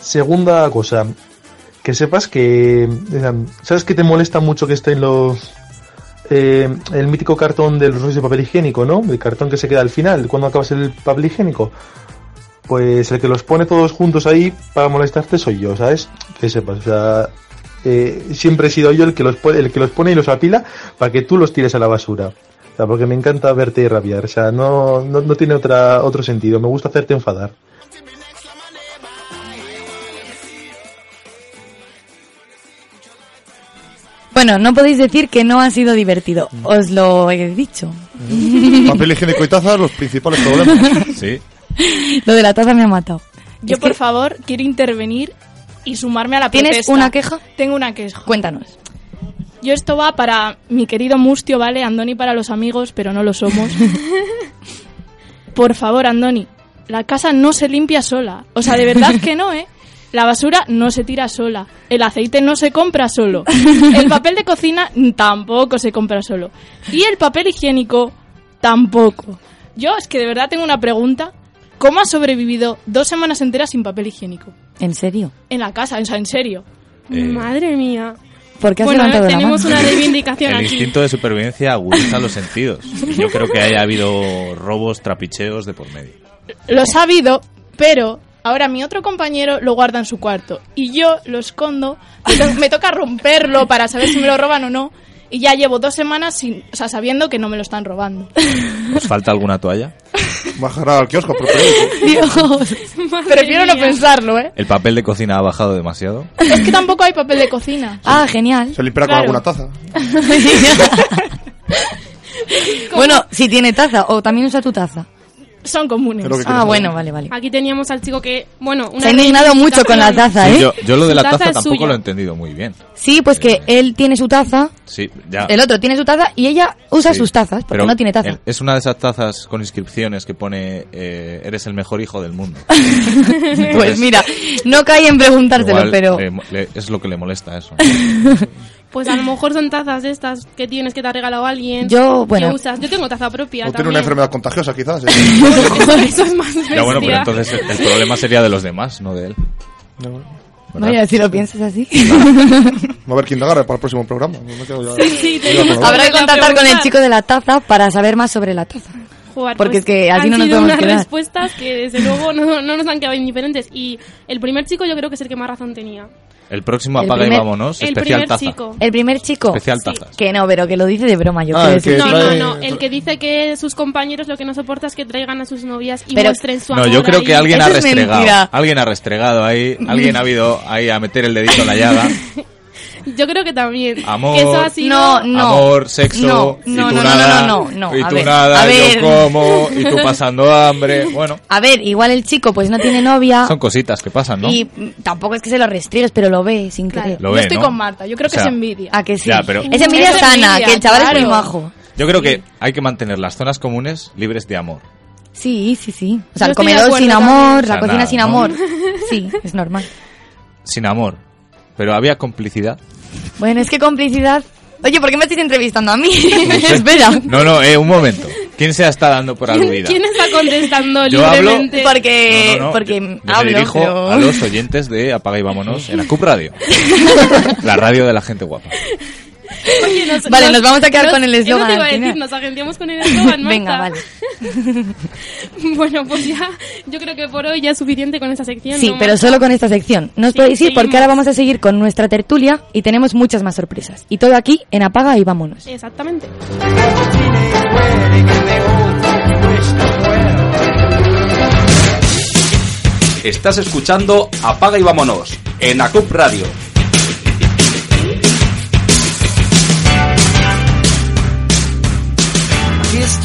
segunda cosa, que sepas que eh, sabes que te molesta mucho que estén los eh, el mítico cartón de los rollos de papel higiénico, ¿no? El cartón que se queda al final cuando acabas el papel higiénico. Pues el que los pone todos juntos ahí para molestarte soy yo, ¿sabes? Que sepas, o sea, eh, siempre he sido yo el que los pone, el que los pone y los apila para que tú los tires a la basura. O sea, porque me encanta verte rabiar, o sea, no, no, no tiene otra, otro sentido, me gusta hacerte enfadar. Bueno, no podéis decir que no ha sido divertido. Mm. Os lo he dicho. Papel higiénico y tazas, los principales problemas. Sí. lo de la taza me ha matado. Yo, por favor, quiero intervenir y sumarme a la ¿Tienes protesta. una queja? Tengo una queja. Cuéntanos. Yo esto va para mi querido Mustio, ¿vale? Andoni para los amigos, pero no lo somos. por favor, Andoni, la casa no se limpia sola. O sea, de verdad que no, ¿eh? La basura no se tira sola. El aceite no se compra solo. El papel de cocina tampoco se compra solo. Y el papel higiénico tampoco. Yo es que de verdad tengo una pregunta. ¿Cómo has sobrevivido dos semanas enteras sin papel higiénico? ¿En serio? En la casa, o sea, en serio. Eh, Madre mía. ¿Por qué has Bueno, ahora levantado la mano? tenemos una reivindicación El aquí. instinto de supervivencia agudiza los sentidos. Y Yo creo que haya habido robos, trapicheos de por medio. Los ha habido, pero ahora mi otro compañero lo guarda en su cuarto y yo lo escondo. Me, to- me toca romperlo para saber si me lo roban o no. Y ya llevo dos semanas sin, o sea, sabiendo que no me lo están robando. ¿Os falta alguna toalla? Bajará al kiosco, pero Dios. Prefiero no mía. pensarlo, ¿eh? ¿El papel de cocina ha bajado demasiado? Es que tampoco hay papel de cocina. Ah, genial. Se limpiará Claro. con alguna taza. Bueno, si tiene taza o también usa tu taza. Son comunes. Creo que quieres Ah, bueno, saber. vale, vale. Aquí teníamos al chico que, bueno, una Se ha indignado mucho con la reivindicación. taza, Sí, ¿eh? yo, yo lo de la Su taza taza es tampoco suya. lo he entendido muy bien. Sí, pues que él tiene su taza, Sí, ya. el otro tiene su taza y ella usa Sí, sus tazas porque pero no tiene taza. el- Es una de esas tazas con inscripciones que pone eh, eres el mejor hijo del mundo. pues mira, no caí en preguntártelo, Igual, eh, pero le mo- le- es lo que le molesta eso. Pues a lo mejor son tazas de estas que tienes que te ha regalado alguien. Yo, que bueno. usas. Yo tengo taza propia O tiene una también. enfermedad contagiosa, quizás. eh. Eso es más ya bueno, pero bestia. entonces el, el problema sería de los demás, no de él. ¿Verdad? vaya, si lo piensas así. Va a haber quien te agarre para el próximo programa. Me quedo ya- ya con la- Habrá que Voy a contactar con el preguntar. chico de la taza para saber más sobre la taza. Joder, Porque pues es que así han no nos sido podemos unas quedar. respuestas que desde luego no, no nos han quedado indiferentes. Y el primer chico yo creo que es el que más razón tenía. El próximo El apaga primer- y vámonos. especial taza. El primer chico. Especial taza. Que no, pero que lo dice de broma, yo Ah, creo el que decir. No, No, no, el que dice que sus compañeros lo que no soporta es que traigan a sus novias y Pero- muestren su No, amor. yo creo que ahí. alguien ha restregado. Alguien ha restregado ahí. Alguien ha habido ahí a meter el dedito en la llaga. Yo creo que también. Amor. Que eso ha sido- No, no. Amor, sexo. No, y no, tú no, no, nada, no, no, no, Y a tú ver, nada, a ver. yo como. Y tú pasando hambre. Bueno, A ver, igual el chico pues no tiene novia son cositas que pasan, ¿no? y mm, tampoco es que se lo restrigues, pero lo ve sin querer. Lo Yo ve, estoy ¿no? con Marta, yo creo O que sea, es envidia. ¿A que sí? ya, pero- Es envidia Es sana, envidia, que el chaval es muy claro. majo. Yo creo que hay que mantener las zonas comunes libres de amor. Sí, sí, sí. O sea, Yo estoy el de comedor acuerdo sin también. amor, O sea, la cocina nada, sin ¿no? amor. Sí, es normal. Sin amor. Pero había complicidad. Bueno, es que complicidad... Oye, ¿por qué me estáis entrevistando a mí? Espera. No, no, eh, un momento. ¿Quién se está dando por aludida? ¿Quién está contestando Yo hablo- libremente? Porque, No, no, no, porque Yo me hablo, dirijo pero- a los oyentes de Apaga y Vámonos en la CUP Radio. la radio de la gente guapa. Oye, nos- Vale, nos vamos a quedar con el eso eslogan te iba a al decir, final. nos agenciamos con el eslogan, Marta. Venga, vale. bueno, pues ya, yo creo que por hoy ya es suficiente con esta sección. Sí, ¿no, pero Marta? solo con esta sección. No os podéis ir porque seguimos. ahora vamos a seguir con nuestra tertulia y tenemos muchas más sorpresas. Y todo aquí en Apaga y vámonos. Exactamente. Estás escuchando Apaga y Vámonos en ACUP Radio. I kissed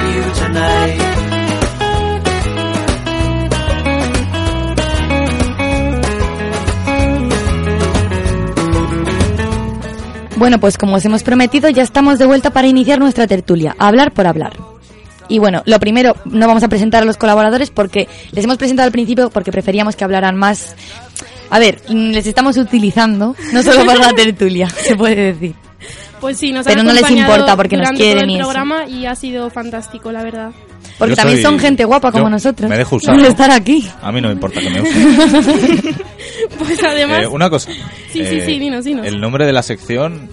you tonight. Bueno, pues como os hemos prometido, ya estamos de vuelta para iniciar nuestra tertulia, hablar por hablar. Y bueno, lo primero, no vamos a presentar a los colaboradores porque les hemos presentado al principio porque preferíamos que hablaran más... A ver, mm, les estamos utilizando, no solo para la tertulia, se puede decir. Pues sí, nos Pero han no les acompañado importa porque nos durante quieren todo y el eso. programa y ha sido fantástico, la verdad. Porque Yo también soy- son gente guapa como yo nosotros. me dejo usar, Por ¿no? estar aquí. A mí no me importa que me usen. Pues además, Eh, una cosa. Eh, Sí, sí, sí, dinos, dinos. El nombre de la sección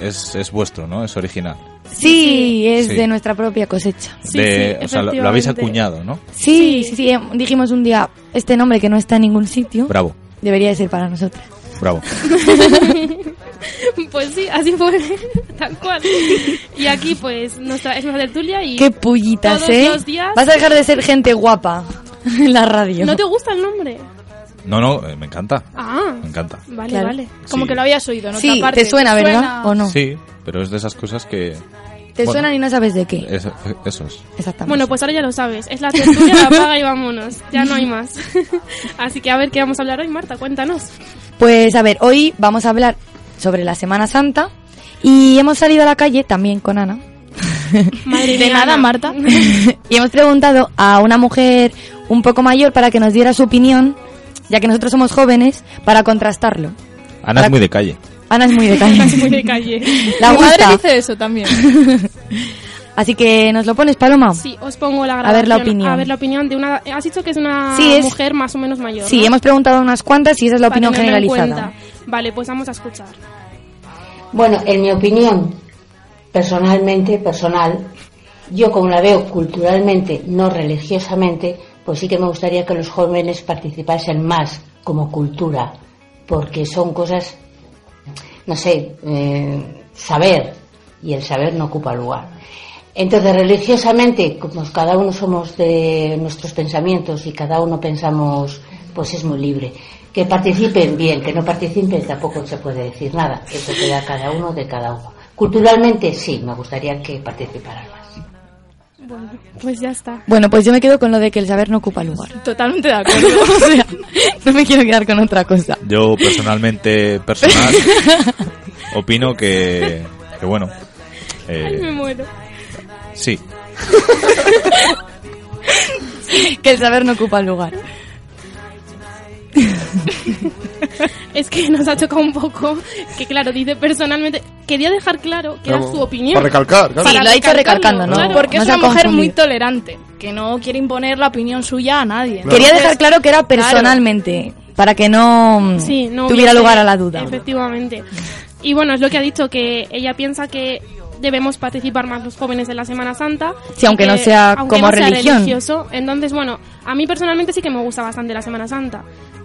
es, es vuestro, ¿no? Es original. Sí, es Sí. de nuestra propia cosecha. De- o sea, lo, lo habéis acuñado, ¿no? Sí, sí, sí, eh, dijimos un día, este nombre que no está en ningún sitio Bravo, debería de ser para nosotros. bravo. pues sí, así fue, tal cual. Y aquí, pues, nuestra, es nuestra tertulia y... Qué pullitas, todos ¿eh? los días- Vas a dejar de ser gente guapa en la radio. ¿No te gusta el nombre? No, no, eh, me encanta. Ah, Me encanta. vale, Claro. vale. Como que lo habías oído, ¿no? Sí, te suena, ¿verdad? ¿O no? Sí, pero es de esas cosas que. Te bueno, suenan y no sabes de qué. Eso, eso es. Exactamente. Bueno, pues ahora ya lo sabes. Es la tertulia, la apaga y vámonos. Ya no hay más. Así que a ver qué vamos a hablar hoy, Marta, cuéntanos. Pues a ver, hoy vamos a hablar sobre la Semana Santa y hemos salido a la calle también con Ana Madre De mía, nada, Ana. Marta. y hemos preguntado a una mujer un poco mayor para que nos diera su opinión, ya que nosotros somos jóvenes, para contrastarlo. Ana es muy de calle. Ana es muy de calle. Es muy de calle. La Mi madre gusta. dice eso también. Así que nos lo pones, Paloma. Sí, os pongo la A grabación. ver la opinión. A ver la opinión de una... Has dicho que es una Sí, es- mujer más o menos mayor, Sí, ¿no? hemos preguntado a unas cuantas y esa es la Para opinión tenerlo en generalizada. cuenta. Vale, pues vamos a escuchar. Bueno, en mi opinión, personalmente, personal, yo como la veo culturalmente, no religiosamente, pues sí que me gustaría que los jóvenes participasen más como cultura, porque son cosas, no sé, eh, saber, y el saber no ocupa lugar. Entonces, religiosamente, como cada uno somos de nuestros pensamientos y cada uno pensamos, pues es muy libre. Que participen bien, que no participen tampoco se puede decir nada. Eso queda cada uno de cada uno. Culturalmente sí, me gustaría que participaran más. Bueno, pues ya está. Bueno, pues yo me quedo con lo de que el saber no ocupa lugar. Totalmente de acuerdo. O sea, no me quiero quedar con otra cosa. Yo personalmente, personal, opino que, que bueno, Ay, me eh, muero. sí, Que el saber no ocupa lugar. es que nos ha chocado un poco. Que claro, dice personalmente. Quería dejar claro que era Claro, su opinión. para recalcar, claro. Sí, lo ha dicho recalcando, ¿no? Claro, porque No es se una ha mujer muy confundido. tolerante, que no quiere imponer la opinión suya a nadie. Quería Entonces, dejar claro que era personalmente, para que no, mm, Sí, no tuviera hubiese- lugar a la duda. Efectivamente. Y bueno, es lo que ha dicho, que ella piensa que debemos participar más los jóvenes en la Semana Santa. Sí, aunque y que- no sea aunque como no sea religión. religioso. Entonces, bueno, a mí personalmente sí que me gusta bastante la Semana Santa.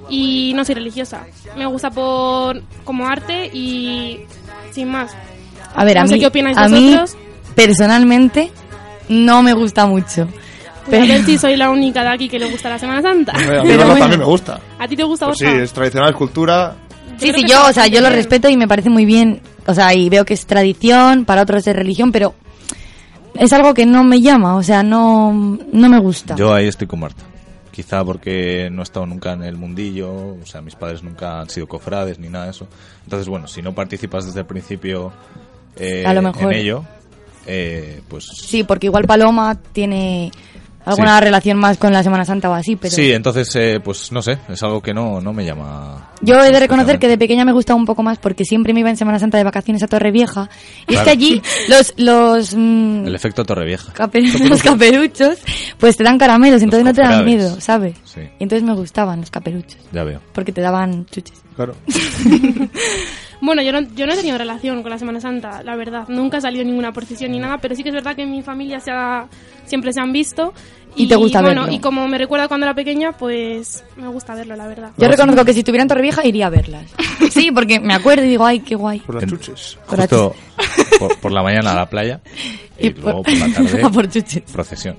Y no soy religiosa. Me gusta por como arte y sin más. A ver, no a mí, sé qué opináis a mí, vosotros. personalmente, no me gusta mucho. Pues a Pero- ver si soy la única de aquí que le gusta la Semana Santa. A mí verlo también me gusta. ¿A ti te gusta, Pues sí, Borja? es tradicional, es cultura. Sí, creo sí, que yo, está o sea, yo lo bastante bien. respeto y me parece muy bien. O sea, y veo que es tradición, para otros es religión, pero es algo que no me llama, o sea, no, no me gusta. Yo ahí estoy con Marta. Quizá porque no he estado nunca en el mundillo, o sea, mis padres nunca han sido cofrades ni nada de eso. Entonces, bueno, si no participas desde el principio eh, A lo mejor. en ello, eh, pues... Sí, porque igual Paloma tiene alguna Sí. relación más con la Semana Santa o así, pero Sí, entonces, eh, pues no sé, es algo que no, no me llama... yo he de reconocer que de pequeña me gustaba un poco más porque siempre me iba en Semana Santa de vacaciones a Torrevieja y es Claro. que allí los los mm, El efecto Torrevieja. cape- los caperuchos pues te dan caramelos, entonces no te dan cofrades. miedo, ¿sabes? Sí. Y entonces me gustaban los caperuchos Ya veo. porque te daban chuches. Claro. Bueno, yo no, yo no he tenido relación con la Semana Santa, la verdad. Nunca he salido en ninguna procesión Mm. ni nada, pero sí que es verdad que en mi familia se ha- siempre se han visto. Y te gusta bueno, verlo. Y como me recuerda cuando era pequeña, pues me gusta verlo, la verdad. Yo reconozco que si estuviera en Torrevieja iría a verlas. Sí, porque me acuerdo y digo, ay, qué guay. Por las chuches. Justo por, por la mañana a la playa y, Y por- luego por la tarde a por chuches. procesión.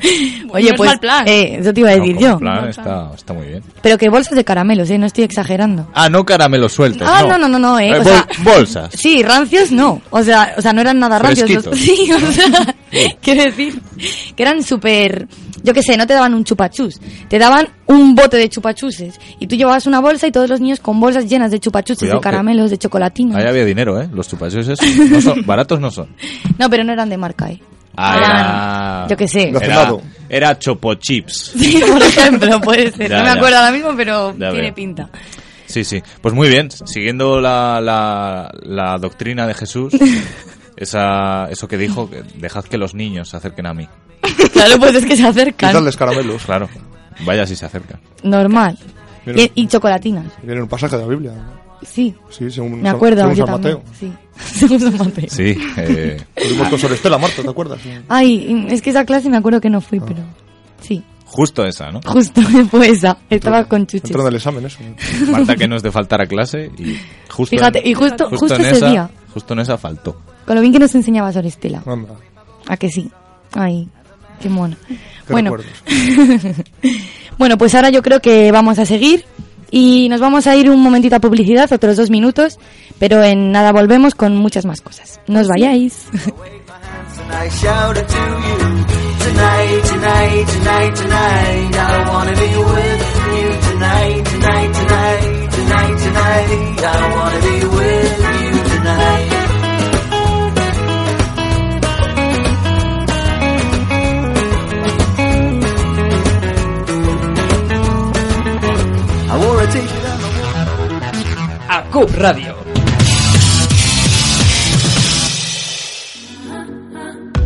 Oye, no es pues mal plan. eh, eso te iba a No, decir como yo. plan está, está muy bien. Pero que bolsas de caramelos, eh, no estoy exagerando. Ah, no caramelo sueltos. Ah, no, no, no, no, eh, o sea- bol- bolsas. Sí, rancios no. O sea, o sea, no eran nada rancios. Fresquitos. Los- sí, o sea, quiero decir que eran súper, yo qué sé, no te daban un chupachus, te daban un bote de chupachuses y tú llevabas una bolsa y todos los niños con bolsas llenas de chupachuses, Cuidado de que- caramelos, de chocolatinos. Ahí había dinero, ¿eh? Los chupachos esos no son- baratos no son. No, pero no eran de marca, eh. Ah, era... yo qué sé. Era, Gracinado. era Chopo Chips. Sí, por ejemplo, puede ser. Ya, no me ya. acuerdo ahora mismo, pero Ya tiene veo. pinta. Sí, sí. Pues muy bien, siguiendo la, la, la doctrina de Jesús, esa, eso que dijo, que dejad que los niños se acerquen a mí. Claro, pues es que se acercan. caramelos. Claro. Vaya si se acercan. Normal. Mira. Y, y chocolatinas. Viene un pasaje de la Biblia. ¿no? Sí, Sí, según, me acuerdo. según yo San también. Mateo. Sí, según San Mateo. Sí. eh, Tuvimos con Pues Sor Estela, Marta, ¿te acuerdas? Ay, es que esa clase me acuerdo que no Ah. fui, pero sí, Justo esa, ¿no? justo fue esa. Estaba con chuches. Entrando al examen, eso. Marta que no es de faltar a clase y justo Fíjate, y justo- justo en ese esa- día. Justo en esa faltó. Con lo bien que nos enseñaba Sor Estela. ¿A que sí? Ay, qué mona. Qué bueno. recuerdos. bueno, pues ahora yo creo que vamos a seguir y nos vamos a ir un momentito a publicidad, otros dos minutos, pero en nada volvemos con muchas más cosas. Pues No os vayáis. And I shouted to you tonight, tonight, tonight, tonight. I wanna be with you tonight, tonight, tonight, tonight, tonight. I wanna be with you tonight. I wore a t-shirt and a A Cup Radio.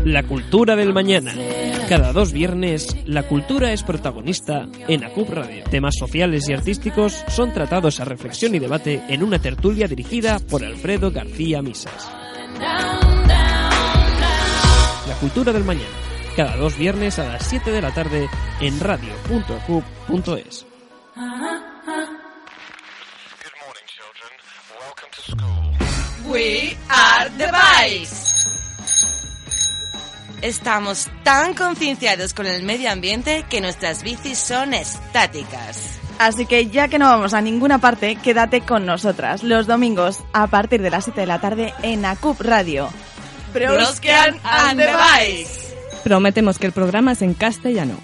La cultura del mañana. Cada dos viernes, la cultura es protagonista en ACUP Radio. Temas sociales y artísticos son tratados a reflexión y debate en una tertulia dirigida por Alfredo García Misas. La cultura del mañana. Cada dos viernes a las 7 de la tarde en radio.acup.es. We are the Vice. Estamos tan concienciados con el medio ambiente que nuestras bicis son estáticas. Así que ya que no vamos a ninguna parte, quédate con nosotras los domingos a partir de las 7 de la tarde en ACUP Radio. Broscan and the Vice. Prometemos que el programa es en castellano.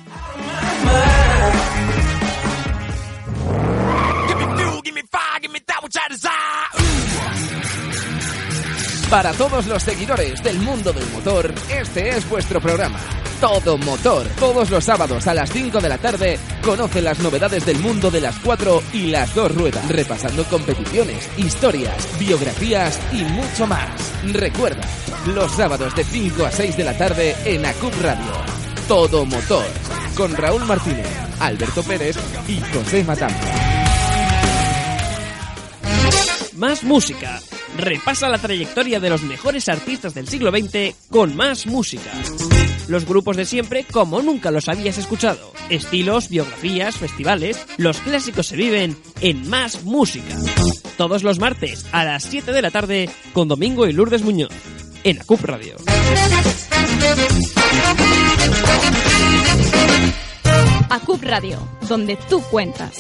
Para todos los seguidores del mundo del motor, este es vuestro programa. Todo Motor. Todos los sábados a las 5 de la tarde conoce las novedades del mundo de las 4 y las 2 ruedas, repasando competiciones, historias, biografías y mucho más. Recuerda, los sábados de 5 a 6 de la tarde en ACUB Radio. Todo Motor. Con Raúl Martínez, Alberto Pérez y José Matampa. Más música. Repasa la trayectoria de los mejores artistas del siglo XX con más música. Los grupos de siempre como nunca los habías escuchado. Estilos, biografías, festivales, los clásicos se viven en más música. Todos los martes a las 7 de la tarde con Domingo y Lourdes Muñoz en ACUP Radio. ACUP Radio, donde tú cuentas.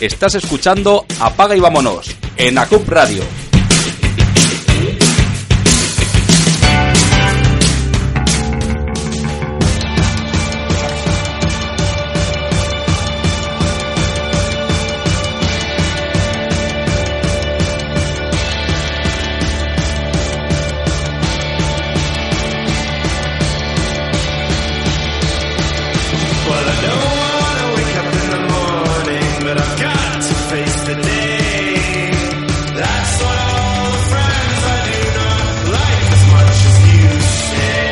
Estás escuchando Apaga y Vámonos en ACUP Radio. Well, I don't wanna wake up in the morning, but I've got to face the day. That's what all the friends I do not like as much as you say.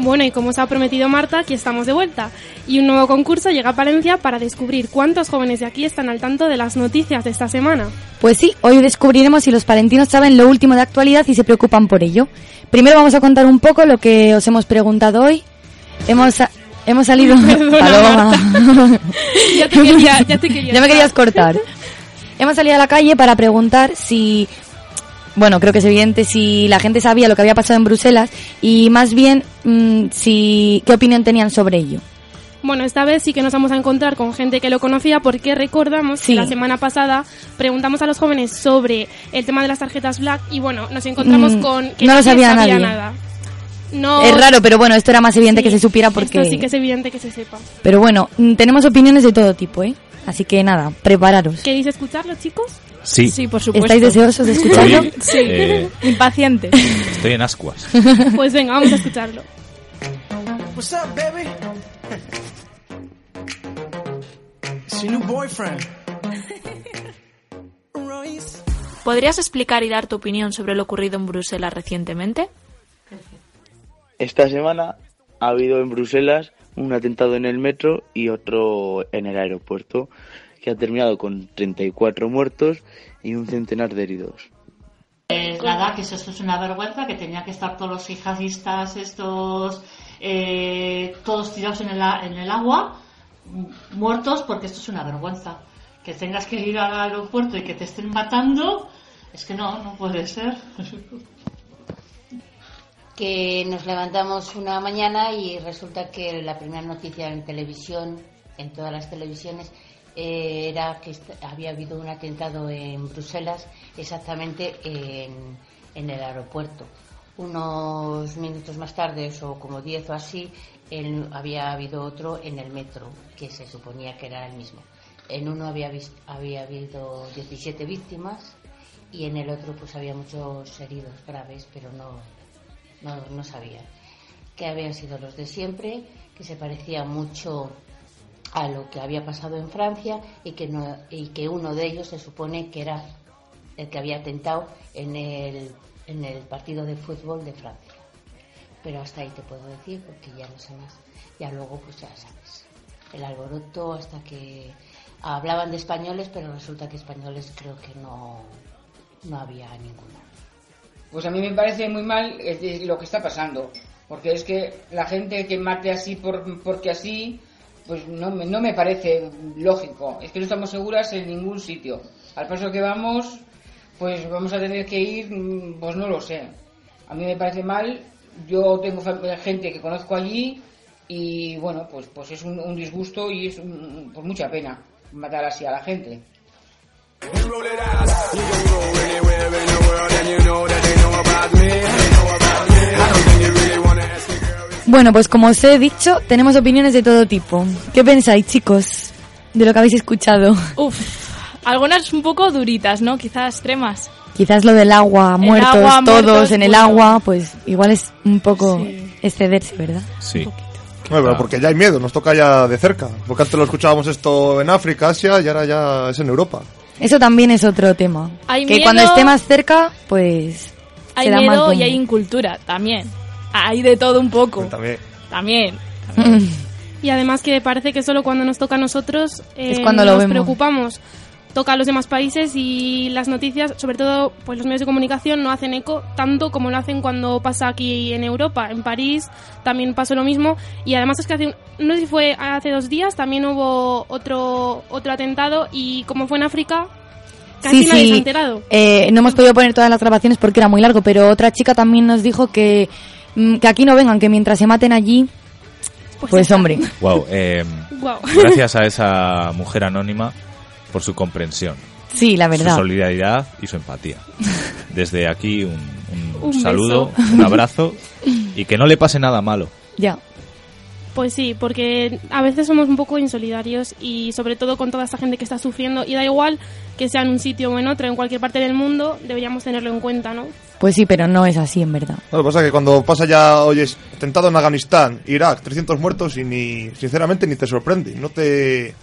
Bueno, y como os ha prometido Marta, aquí estamos de vuelta. Y un nuevo concurso llega a Palencia para descubrir cuántos jóvenes de aquí están al tanto de las noticias de esta semana. Pues sí, hoy descubriremos si los palentinos saben lo último de actualidad y se preocupan por ello. Primero vamos a contar un poco lo que os hemos preguntado hoy. Hemos, sa- hemos salido... Perdona, Paloma. Ya te quería, ya te quería. Ya me querías cortar. Hemos salido a la calle para preguntar si... Bueno, creo que es evidente si la gente sabía lo que había pasado en Bruselas y más bien mm, si qué opinión tenían sobre ello. Bueno, esta vez sí que nos vamos a encontrar con gente que lo conocía porque recordamos Sí. que la semana pasada preguntamos a los jóvenes sobre el tema de las tarjetas black y bueno, nos encontramos Mm, con que no lo nadie sabía nadie. nada. No, es raro, pero bueno, esto era más evidente que se supiera porque... esto sí que es evidente que se sepa. Pero bueno, mm, tenemos opiniones de todo tipo, ¿eh? Así que nada, prepararos. ¿Queréis escucharlo, chicos? Sí. Sí, por supuesto. ¿Estáis deseosos de escucharlo? Estoy, eh, Impacientes. Estoy en ascuas. Pues venga, vamos a escucharlo. What's up, baby? it's your new boyfriend. Royce. ¿Podrías explicar y dar tu opinión sobre lo ocurrido en Bruselas recientemente? Esta semana ha habido en Bruselas un atentado en el metro y otro en el aeropuerto que ha terminado con 34 muertos y un centenar de heridos. Pues nada, que eso, eso es una vergüenza, que tenía que estar todos los yihadistas estos, eh, todos tirados en el, a- en el agua, mu- muertos, porque esto es una vergüenza. Que tengas que ir al aeropuerto y que te estén matando, es que no, no puede ser. que nos levantamos una mañana y resulta que la primera noticia en televisión, en todas las televisiones, eh, era que est- había habido un atentado en Bruselas, exactamente en, en el aeropuerto. Unos minutos más tarde, o como diez o así, en- había habido otro en el metro, que se suponía que era el mismo. En uno había, vis- había habido 17 víctimas y en el otro pues había muchos heridos graves, pero no, no, no sabía que habían sido los de siempre, que se parecía mucho a lo que había pasado en Francia y que, no, y que uno de ellos se supone que era el que había atentado en el, en el partido de fútbol de Francia. Pero hasta ahí te puedo decir porque ya no sé más. Ya luego pues ya sabes. El alboroto hasta que hablaban de españoles, pero resulta que españoles creo que no, no había ninguno. Pues a mí me parece muy mal este, lo que está pasando, porque es que la gente que mate así por, porque así, pues no me, no me parece lógico. Es que no estamos seguras en ningún sitio. Al paso que vamos, pues vamos a tener que ir, mm, pues no lo sé. A mí me parece mal, yo tengo fa- gente que conozco allí y bueno, pues, pues es un, un disgusto y es un- pues mucha pena matar así a la gente. Bueno, pues como os he dicho, tenemos opiniones de todo tipo. ¿Qué pensáis, chicos, de lo que habéis escuchado? Uf, algunas un poco duritas, ¿no? Quizás extremas. Quizás lo del agua, muertos agua, todos muertos, en el bueno. agua, pues igual es un poco excederse, ¿verdad? Sí. Bueno, pero porque ya hay miedo, nos toca ya de cerca. Porque antes lo escuchábamos esto en África, Asia, y ahora ya es en Europa. Eso también es otro tema. Hay que miedo. cuando esté más cerca, pues... Hay será más miedo y bombo. hay incultura también. Hay de todo un poco. También. También. Mm. Y además que parece que solo cuando nos toca a nosotros eh, Es cuando lo nos vemos. preocupamos. Toca a los demás países y las noticias, sobre todo pues los medios de comunicación, no hacen eco tanto como lo hacen cuando pasa aquí en Europa. En París también pasó lo mismo. Y además es que hace, un- no sé si fue hace dos días, también hubo otro, otro atentado y como fue en África, casi sí, nadie se sí. ha enterado. Eh, no hemos podido poner todas las grabaciones porque era muy largo, pero otra chica también nos dijo que, mm, que aquí no vengan, que mientras se maten allí, pues, hombre. Wow, eh, Guau. gracias a esa mujer anónima por su comprensión. Sí, la verdad. Su solidaridad y su empatía. Desde aquí un, un Un saludo, beso. un abrazo y que no le pase nada malo. Ya. Pues sí, porque a veces somos un poco insolidarios y sobre todo con toda esta gente que está sufriendo y da igual que sea en un sitio o en otro, en cualquier parte del mundo, deberíamos tenerlo en cuenta, ¿no? Pues sí, pero no es así en verdad. No, lo que pasa es que cuando pasa ya, oyes, atentado en Afganistán, Irak, 300 muertos y ni, sinceramente, ni te sorprende, no te...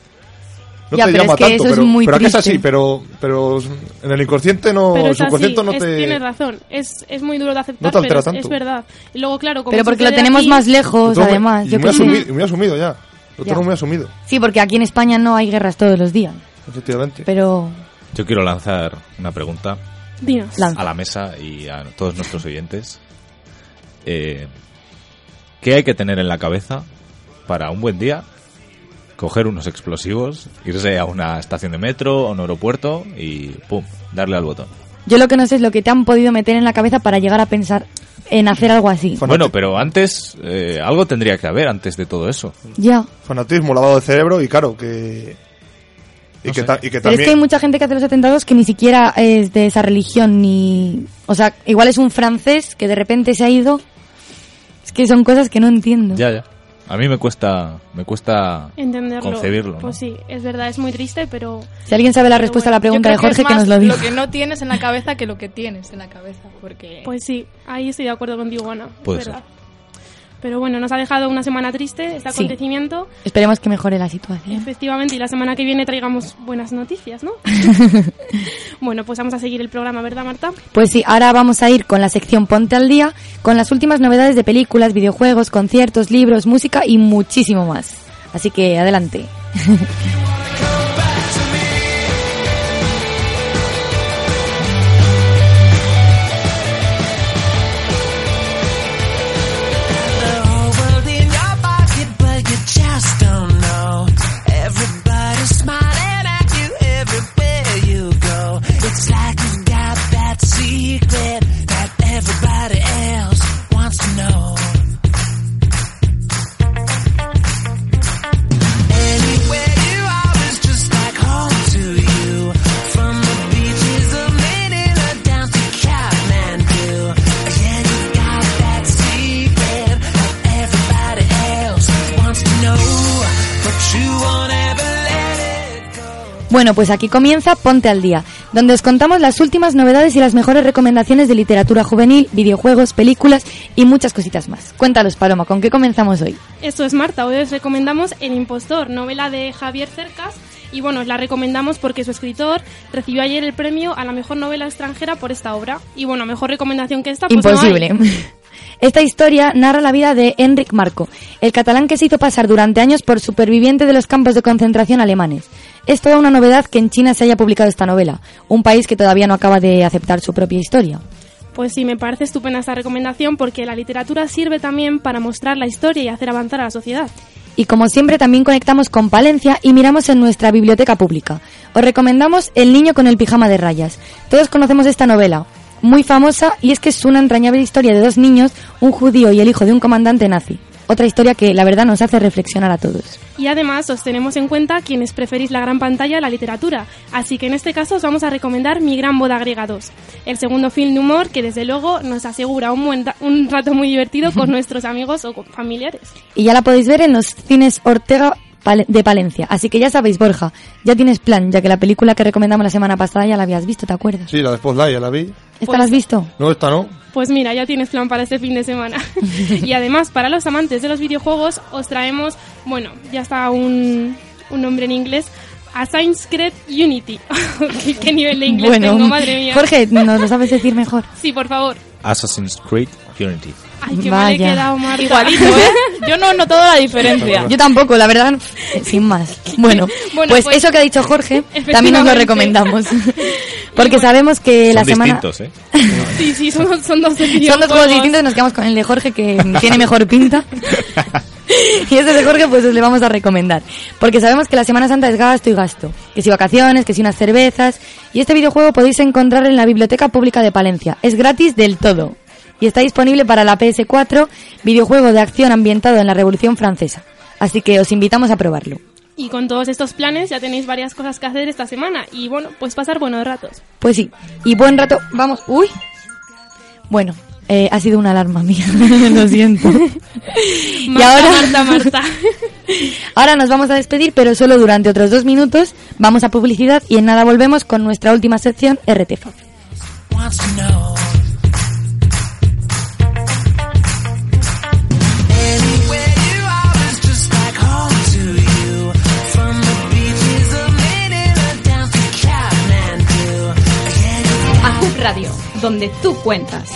No Ya, te pero llama es que tanto, eso es pero, muy pero aquí es triste. así, pero, pero Oh, en el inconsciente no, pero el es así, subconsciente no es- te... tienes razón, es, es muy duro de aceptar, No te altera pero es, tanto. es verdad. Y luego, claro, como Pero porque lo sucede tenemos aquí- más lejos, Todo muy- además. y yo muy, creo. asumi- y muy asumido ya. Lo tengo Ya. muy asumido, Sí, porque aquí en España no hay guerras todos los días. efectivamente. Pero Yo quiero lanzar una pregunta Dinos. Lanza. a la mesa y a todos nuestros oyentes. Eh, ¿Qué hay que tener en la cabeza para un buen día coger unos explosivos, irse a una estación de metro, a un aeropuerto y pum, darle al botón? yo lo que no sé es lo que te han podido meter en la cabeza para llegar a pensar en hacer algo así. Bueno, pero antes, eh, algo tendría que haber antes de todo eso. Ya. Fanatismo, lavado de cerebro y claro, que... Y, que, ta- y Pero que es también... que hay mucha gente que hace los atentados que ni siquiera es de esa religión, ni... O sea, igual es un francés que de repente se ha ido. Es que son cosas que no entiendo. Ya, ya. A mí me cuesta, me cuesta Entenderlo. concebirlo. ¿no? Pues sí, es verdad, es muy triste, pero... Si alguien sabe la Pero respuesta bueno, a la pregunta yo de creo Jorge, es que más nos lo diga. Lo que no tienes en la cabeza que lo que tienes en la cabeza. Porque... Pues sí, ahí estoy de acuerdo contigo, Ana. es Puede verdad. Pero bueno, nos ha dejado una semana triste este Sí. acontecimiento. Esperemos que mejore la situación. Efectivamente, y la semana que viene traigamos buenas noticias, ¿no? bueno, pues vamos a seguir el programa, ¿verdad, Marta? Pues sí, ahora vamos a ir con la sección Ponte al Día, con las últimas novedades de películas, videojuegos, conciertos, libros, música y muchísimo más. Así que adelante. The whole world in your pocket, but you just don't know. Everybody's smiling at you everywhere you go. It's like you've got that secret that everybody else wants to know. Anywhere you are is just like home to you. From the beaches of Manila down to Kathmandu. Yeah, you got that secret that everybody else wants to know. But you won't ever let it. Bueno, pues aquí comienza Ponte al Día, donde os contamos las últimas novedades y las mejores recomendaciones de literatura juvenil, videojuegos, películas y muchas cositas más. Cuéntanos, Paloma, ¿con qué comenzamos hoy? Esto es Marta, hoy os recomendamos El Impostor, novela de Javier Cercas. Y bueno, os la recomendamos porque su escritor recibió ayer el premio a la mejor novela extranjera por esta obra. Y bueno, mejor recomendación que esta, pues no hay. Imposible. Esta historia narra la vida de Enric Marco, el catalán que se hizo pasar durante años por superviviente de los campos de concentración alemanes. Es toda una novedad que en China se haya publicado esta novela, un país que todavía no acaba de aceptar su propia historia. Pues sí, me parece estupenda esta recomendación porque la literatura sirve también para mostrar la historia y hacer avanzar a la sociedad. Y como siempre también conectamos con Palencia y miramos en nuestra biblioteca pública. Os recomendamos El niño con el pijama de rayas. Todos conocemos esta novela, muy famosa y es que es una entrañable historia de dos niños, un judío y el hijo de un comandante nazi. Otra historia que la verdad nos hace reflexionar a todos. Y además os tenemos en cuenta quienes preferís la gran pantalla a la literatura, así que en este caso os vamos a recomendar Mi Gran Boda Griega 2, el segundo film de humor que desde luego nos asegura un, buen ta- un rato muy divertido con nuestros amigos o con familiares. Y ya la podéis ver en los cines Ortega Pal- de Palencia. Así que ya sabéis, Borja, ya tienes plan, ya que la película que recomendamos la semana pasada ya la habías visto, ¿te acuerdas? Sí, la de Spotlight, ya la vi. ¿Esta la has visto? No, esta no. Pues mira, ya tienes plan para este fin de semana. y además, para los amantes de los videojuegos, os traemos, bueno, ya está un, un nombre en inglés, Assassin's Creed Unity. ¿Qué, qué nivel de inglés bueno, tengo, madre mía. Jorge, nos lo sabes decir mejor. Sí, por favor. Assassin's Creed Unity. Ay, qué mal he Vaya. quedado, Marta. Igualito, ¿eh? Yo no he notado la diferencia. Yo tampoco, la verdad, sin más. Bueno, Bueno, pues, pues- eso que ha dicho Jorge, también nos lo Efectivamente. recomendamos. Porque sabemos que la Son semana... distintos, ¿eh? Sí, sí, son, son dos Son dos juegos distintos y nos quedamos con el de Jorge que tiene mejor pinta. y este de Jorge pues os le vamos a recomendar. Porque sabemos que la Semana Santa es gasto y gasto. Que si vacaciones, que si unas cervezas. Y este videojuego podéis encontrarlo en la Biblioteca Pública de Palencia. Es gratis del todo. Y está disponible para la PS4, videojuego de acción ambientado en la Revolución Francesa. Así que os invitamos a probarlo. Y con todos estos planes ya tenéis varias cosas que hacer esta semana. Y bueno, pues pasar buenos ratos. Pues sí. Y buen rato. Vamos. Uy. Bueno, eh, ha sido una alarma mía. Lo siento. y Marta, ahora... Marta, Marta. Ahora nos vamos a despedir, pero solo durante otros dos minutos. Vamos a publicidad y en nada volvemos con nuestra última sección, RTF. wants to know. Anywhere you are is just like home to you. From the beaches of Manila down to Kathmandu. Again, ACUP Radio, donde tú cuentas.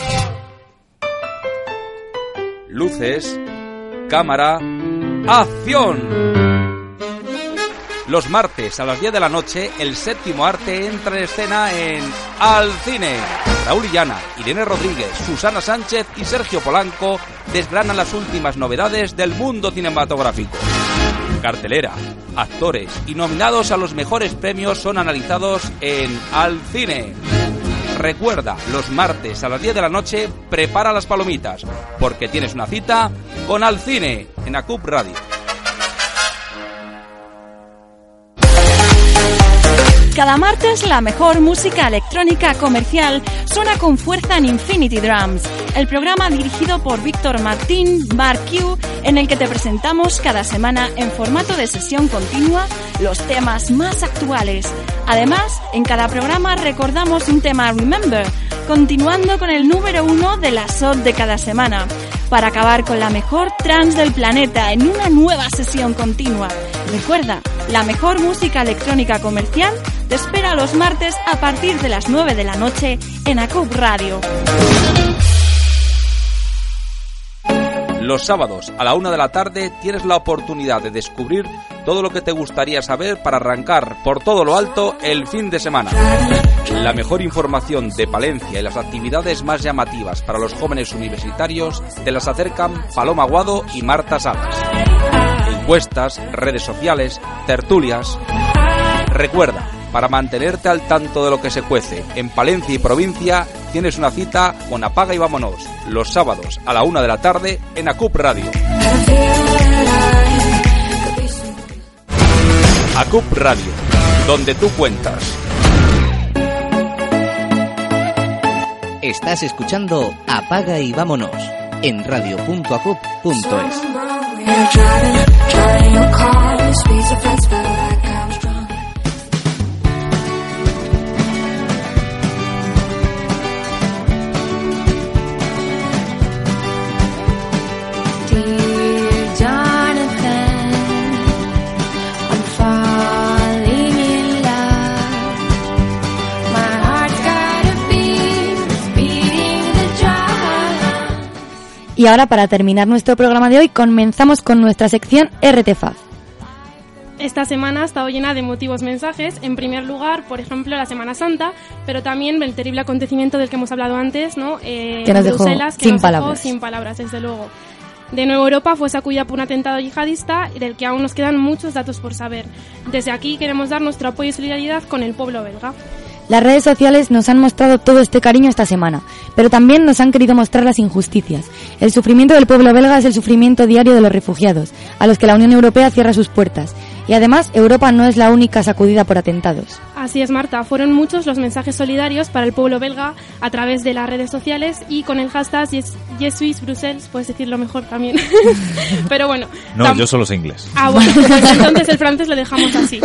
Luces, cámara, acción. Los martes a las 10 de la noche, el séptimo arte entra en escena en Al Cine. Raúl Illana, Irene Rodríguez, Susana Sánchez y Sergio Polanco desgranan las últimas novedades del mundo cinematográfico. Cartelera, actores y nominados a los mejores premios son analizados en Al Cine. Recuerda, los martes a las 10 de la noche, prepara las palomitas, porque tienes una cita con Al Cine en ACUP Radio. Cada martes la mejor música electrónica comercial suena con fuerza en Infinity Drums, el programa dirigido por Víctor Martín Mark Q, en el que te presentamos cada semana en formato de sesión continua los temas más actuales. Además, en cada programa recordamos un tema Remember, continuando con el número uno de la SOT de cada semana, para acabar con la mejor trance del planeta en una nueva sesión continua. Recuerda, la mejor música electrónica comercial te espera los martes a partir de las 9 de la noche en ACUB Radio. Los sábados a la una de la tarde tienes la oportunidad de descubrir todo lo que te gustaría saber para arrancar por todo lo alto el fin de semana. La mejor información de Palencia y las actividades más llamativas para los jóvenes universitarios te las acercan Paloma Guado y Marta Salas. Encuestas, redes sociales, tertulias. Recuerda, para mantenerte al tanto de lo que se cuece en Palencia y provincia, tienes una cita con Apaga y Vámonos, los sábados a la una de la tarde en ACUP Radio. ACUP Radio, donde tú cuentas. Estás escuchando Apaga y Vámonos en radio.acup.es. Dear Jonathan, I'm falling in love. My heart's got a beat, it's beating the drum. Y ahora para terminar nuestro programa de hoy comenzamos con nuestra sección RTF. Esta semana ha estado llena de emotivos mensajes. En primer lugar, por ejemplo, la Semana Santa, pero también el terrible acontecimiento del que hemos hablado antes, ¿no? Eh, Que nos dejó Bruselas, que sin nos palabras. sin palabras, desde luego. De nuevo Europa fue sacudida por un atentado yihadista del que aún nos quedan muchos datos por saber. Desde aquí queremos dar nuestro apoyo y solidaridad con el pueblo belga. Las redes sociales nos han mostrado todo este cariño esta semana, pero también nos han querido mostrar las injusticias. El sufrimiento del pueblo belga es el sufrimiento diario de los refugiados, a los que la Unión Europea cierra sus puertas. Y además, Europa no es la única sacudida por atentados. Así es, Marta. Fueron muchos los mensajes solidarios para el pueblo belga a través de las redes sociales y con el hashtag yes, Yesuis Brussels, puedes decirlo mejor también. Pero bueno. No, tam- yo solo sé inglés. Ah, bueno, pues entonces el francés lo dejamos así.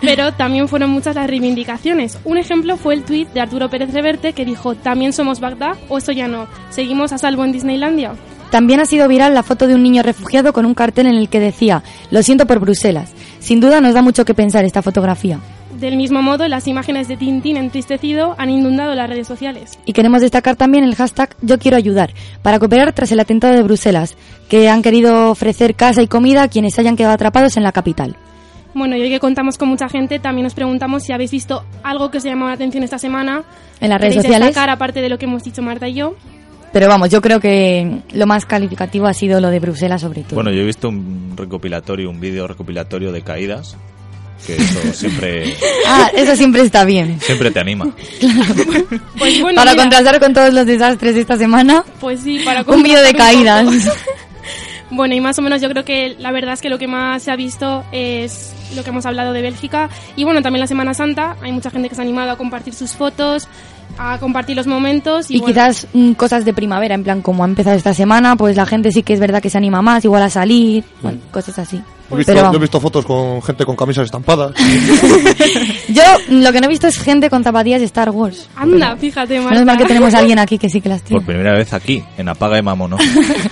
Pero también fueron muchas las reivindicaciones. Un ejemplo fue el tuit de Arturo Pérez Reverte que dijo, también somos Bagdad o eso ya no, seguimos a salvo en Disneylandia. También ha sido viral la foto de un niño refugiado con un cartel en el que decía, lo siento por Bruselas. Sin duda nos da mucho que pensar esta fotografía. Del mismo modo, las imágenes de Tintín entristecido han inundado las redes sociales. Y queremos destacar también el hashtag Yo quiero ayudar, para cooperar tras el atentado de Bruselas, que han querido ofrecer casa y comida a quienes hayan quedado atrapados en la capital. Bueno, y hoy que contamos con mucha gente, también nos preguntamos si habéis visto algo que os llamó la atención esta semana. En las redes ¿Queréis sociales? destacar, aparte de lo que hemos dicho Marta y yo. Pero vamos, yo creo que lo más calificativo ha sido lo de Bruselas sobre todo. Bueno, yo he visto un recopilatorio, un vídeo recopilatorio de caídas, que eso siempre, Ah, eso siempre está bien. siempre te anima. Pues bueno, para mira, contrastar con todos los desastres de esta semana, Pues sí, para un vídeo de contrastar un poco. caídas. Bueno, y más o menos yo creo que la verdad es que lo que más se ha visto es lo que hemos hablado de Bélgica. Y bueno, también la Semana Santa. Hay mucha gente que se ha animado a compartir sus fotos, a compartir los momentos. Y, Y bueno, quizás mm, cosas de primavera, en plan como ha empezado esta semana, pues la gente sí que es verdad que se anima más, igual a salir, bueno, cosas así. He visto- Pero yo he vamos, visto fotos con gente con camisas estampadas. yo mm, lo que no he visto es gente con zapatillas de Star Wars. Anda, fíjate, Marta. Menos mal que tenemos a alguien aquí que sí que las tiene. Por primera vez aquí, en Apaga y Mamono,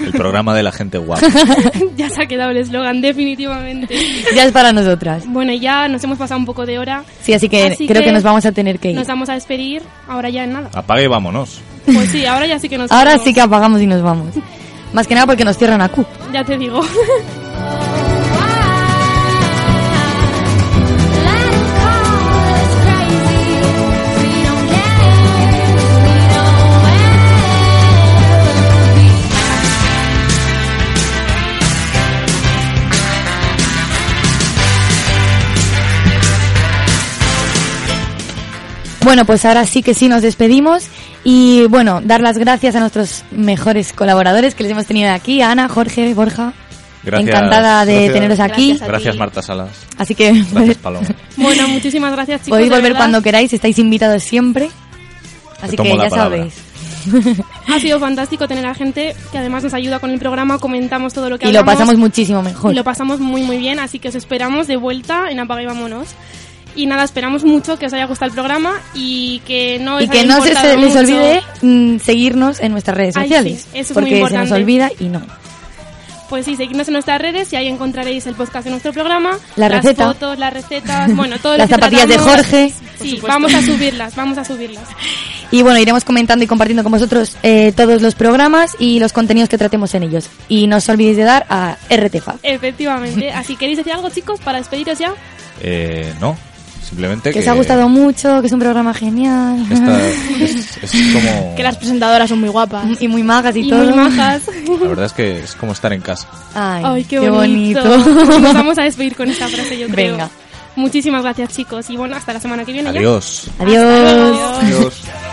el programa de la gente guapa. ya se ha quedado el eslogan, definitivamente. Ya es para nosotras. Bueno, y ya nos hemos pasado un poco de hora. Sí, así que creo que nos vamos a tener que ir. Nos vamos a despedir, ahora ya en nada. Apaga y vámonos. Pues sí, ahora ya sí que nos Ahora vamos. sí que apagamos y nos vamos. Más que nada porque nos cierran a Q. Ya te digo. Bueno, pues ahora sí que sí nos despedimos y bueno, dar las gracias a nuestros mejores colaboradores que les hemos tenido aquí, a Ana, Jorge, Borja. Gracias. Encantada de Gracias. teneros aquí. Gracias a ti. Gracias, Marta Salas. Así que Gracias, Paloma. Bueno, muchísimas gracias, chicos. podéis de volver verdad. cuando queráis, estáis invitados siempre. Así tomo que la ya palabra. sabéis. Ha sido fantástico tener a gente que además nos ayuda con el programa, comentamos todo lo que Y lo hablamos. pasamos muchísimo mejor. Y lo pasamos muy muy bien, así que os esperamos de vuelta en Apaga y Vámonos. Y nada, esperamos mucho que os haya gustado el programa y que no y os que haya no se importado se- les mucho. olvide mm, seguirnos en nuestras redes Ay, sociales. sí, eso es muy porque se nos importante. olvida y no. Pues sí, seguidnos en nuestras redes y ahí encontraréis el podcast de nuestro programa. La las receta. fotos, las recetas, bueno, todo lo Las que zapatillas de tratamos. Jorge. Por Sí, supuesto. vamos a subirlas, vamos a subirlas. Y bueno, iremos comentando y compartiendo con vosotros eh, todos los programas y los contenidos que tratemos en ellos. Y no os olvidéis de dar a RTFA. Efectivamente. Así, ¿queréis decir algo, chicos, para despediros ya? Eh, no, simplemente Que que... os ha gustado mucho, que es un programa genial. esta- es, es como... las presentadoras son muy guapas. Y muy magas y, Y todo. muy majas. La verdad es que es como estar en casa. Ay, Ay, qué, qué bonito. bonito. Nos vamos a despedir con esta frase, yo creo. Venga. Muchísimas gracias, chicos. Y bueno, hasta la semana que viene. ya. Adiós. Adiós. Adiós.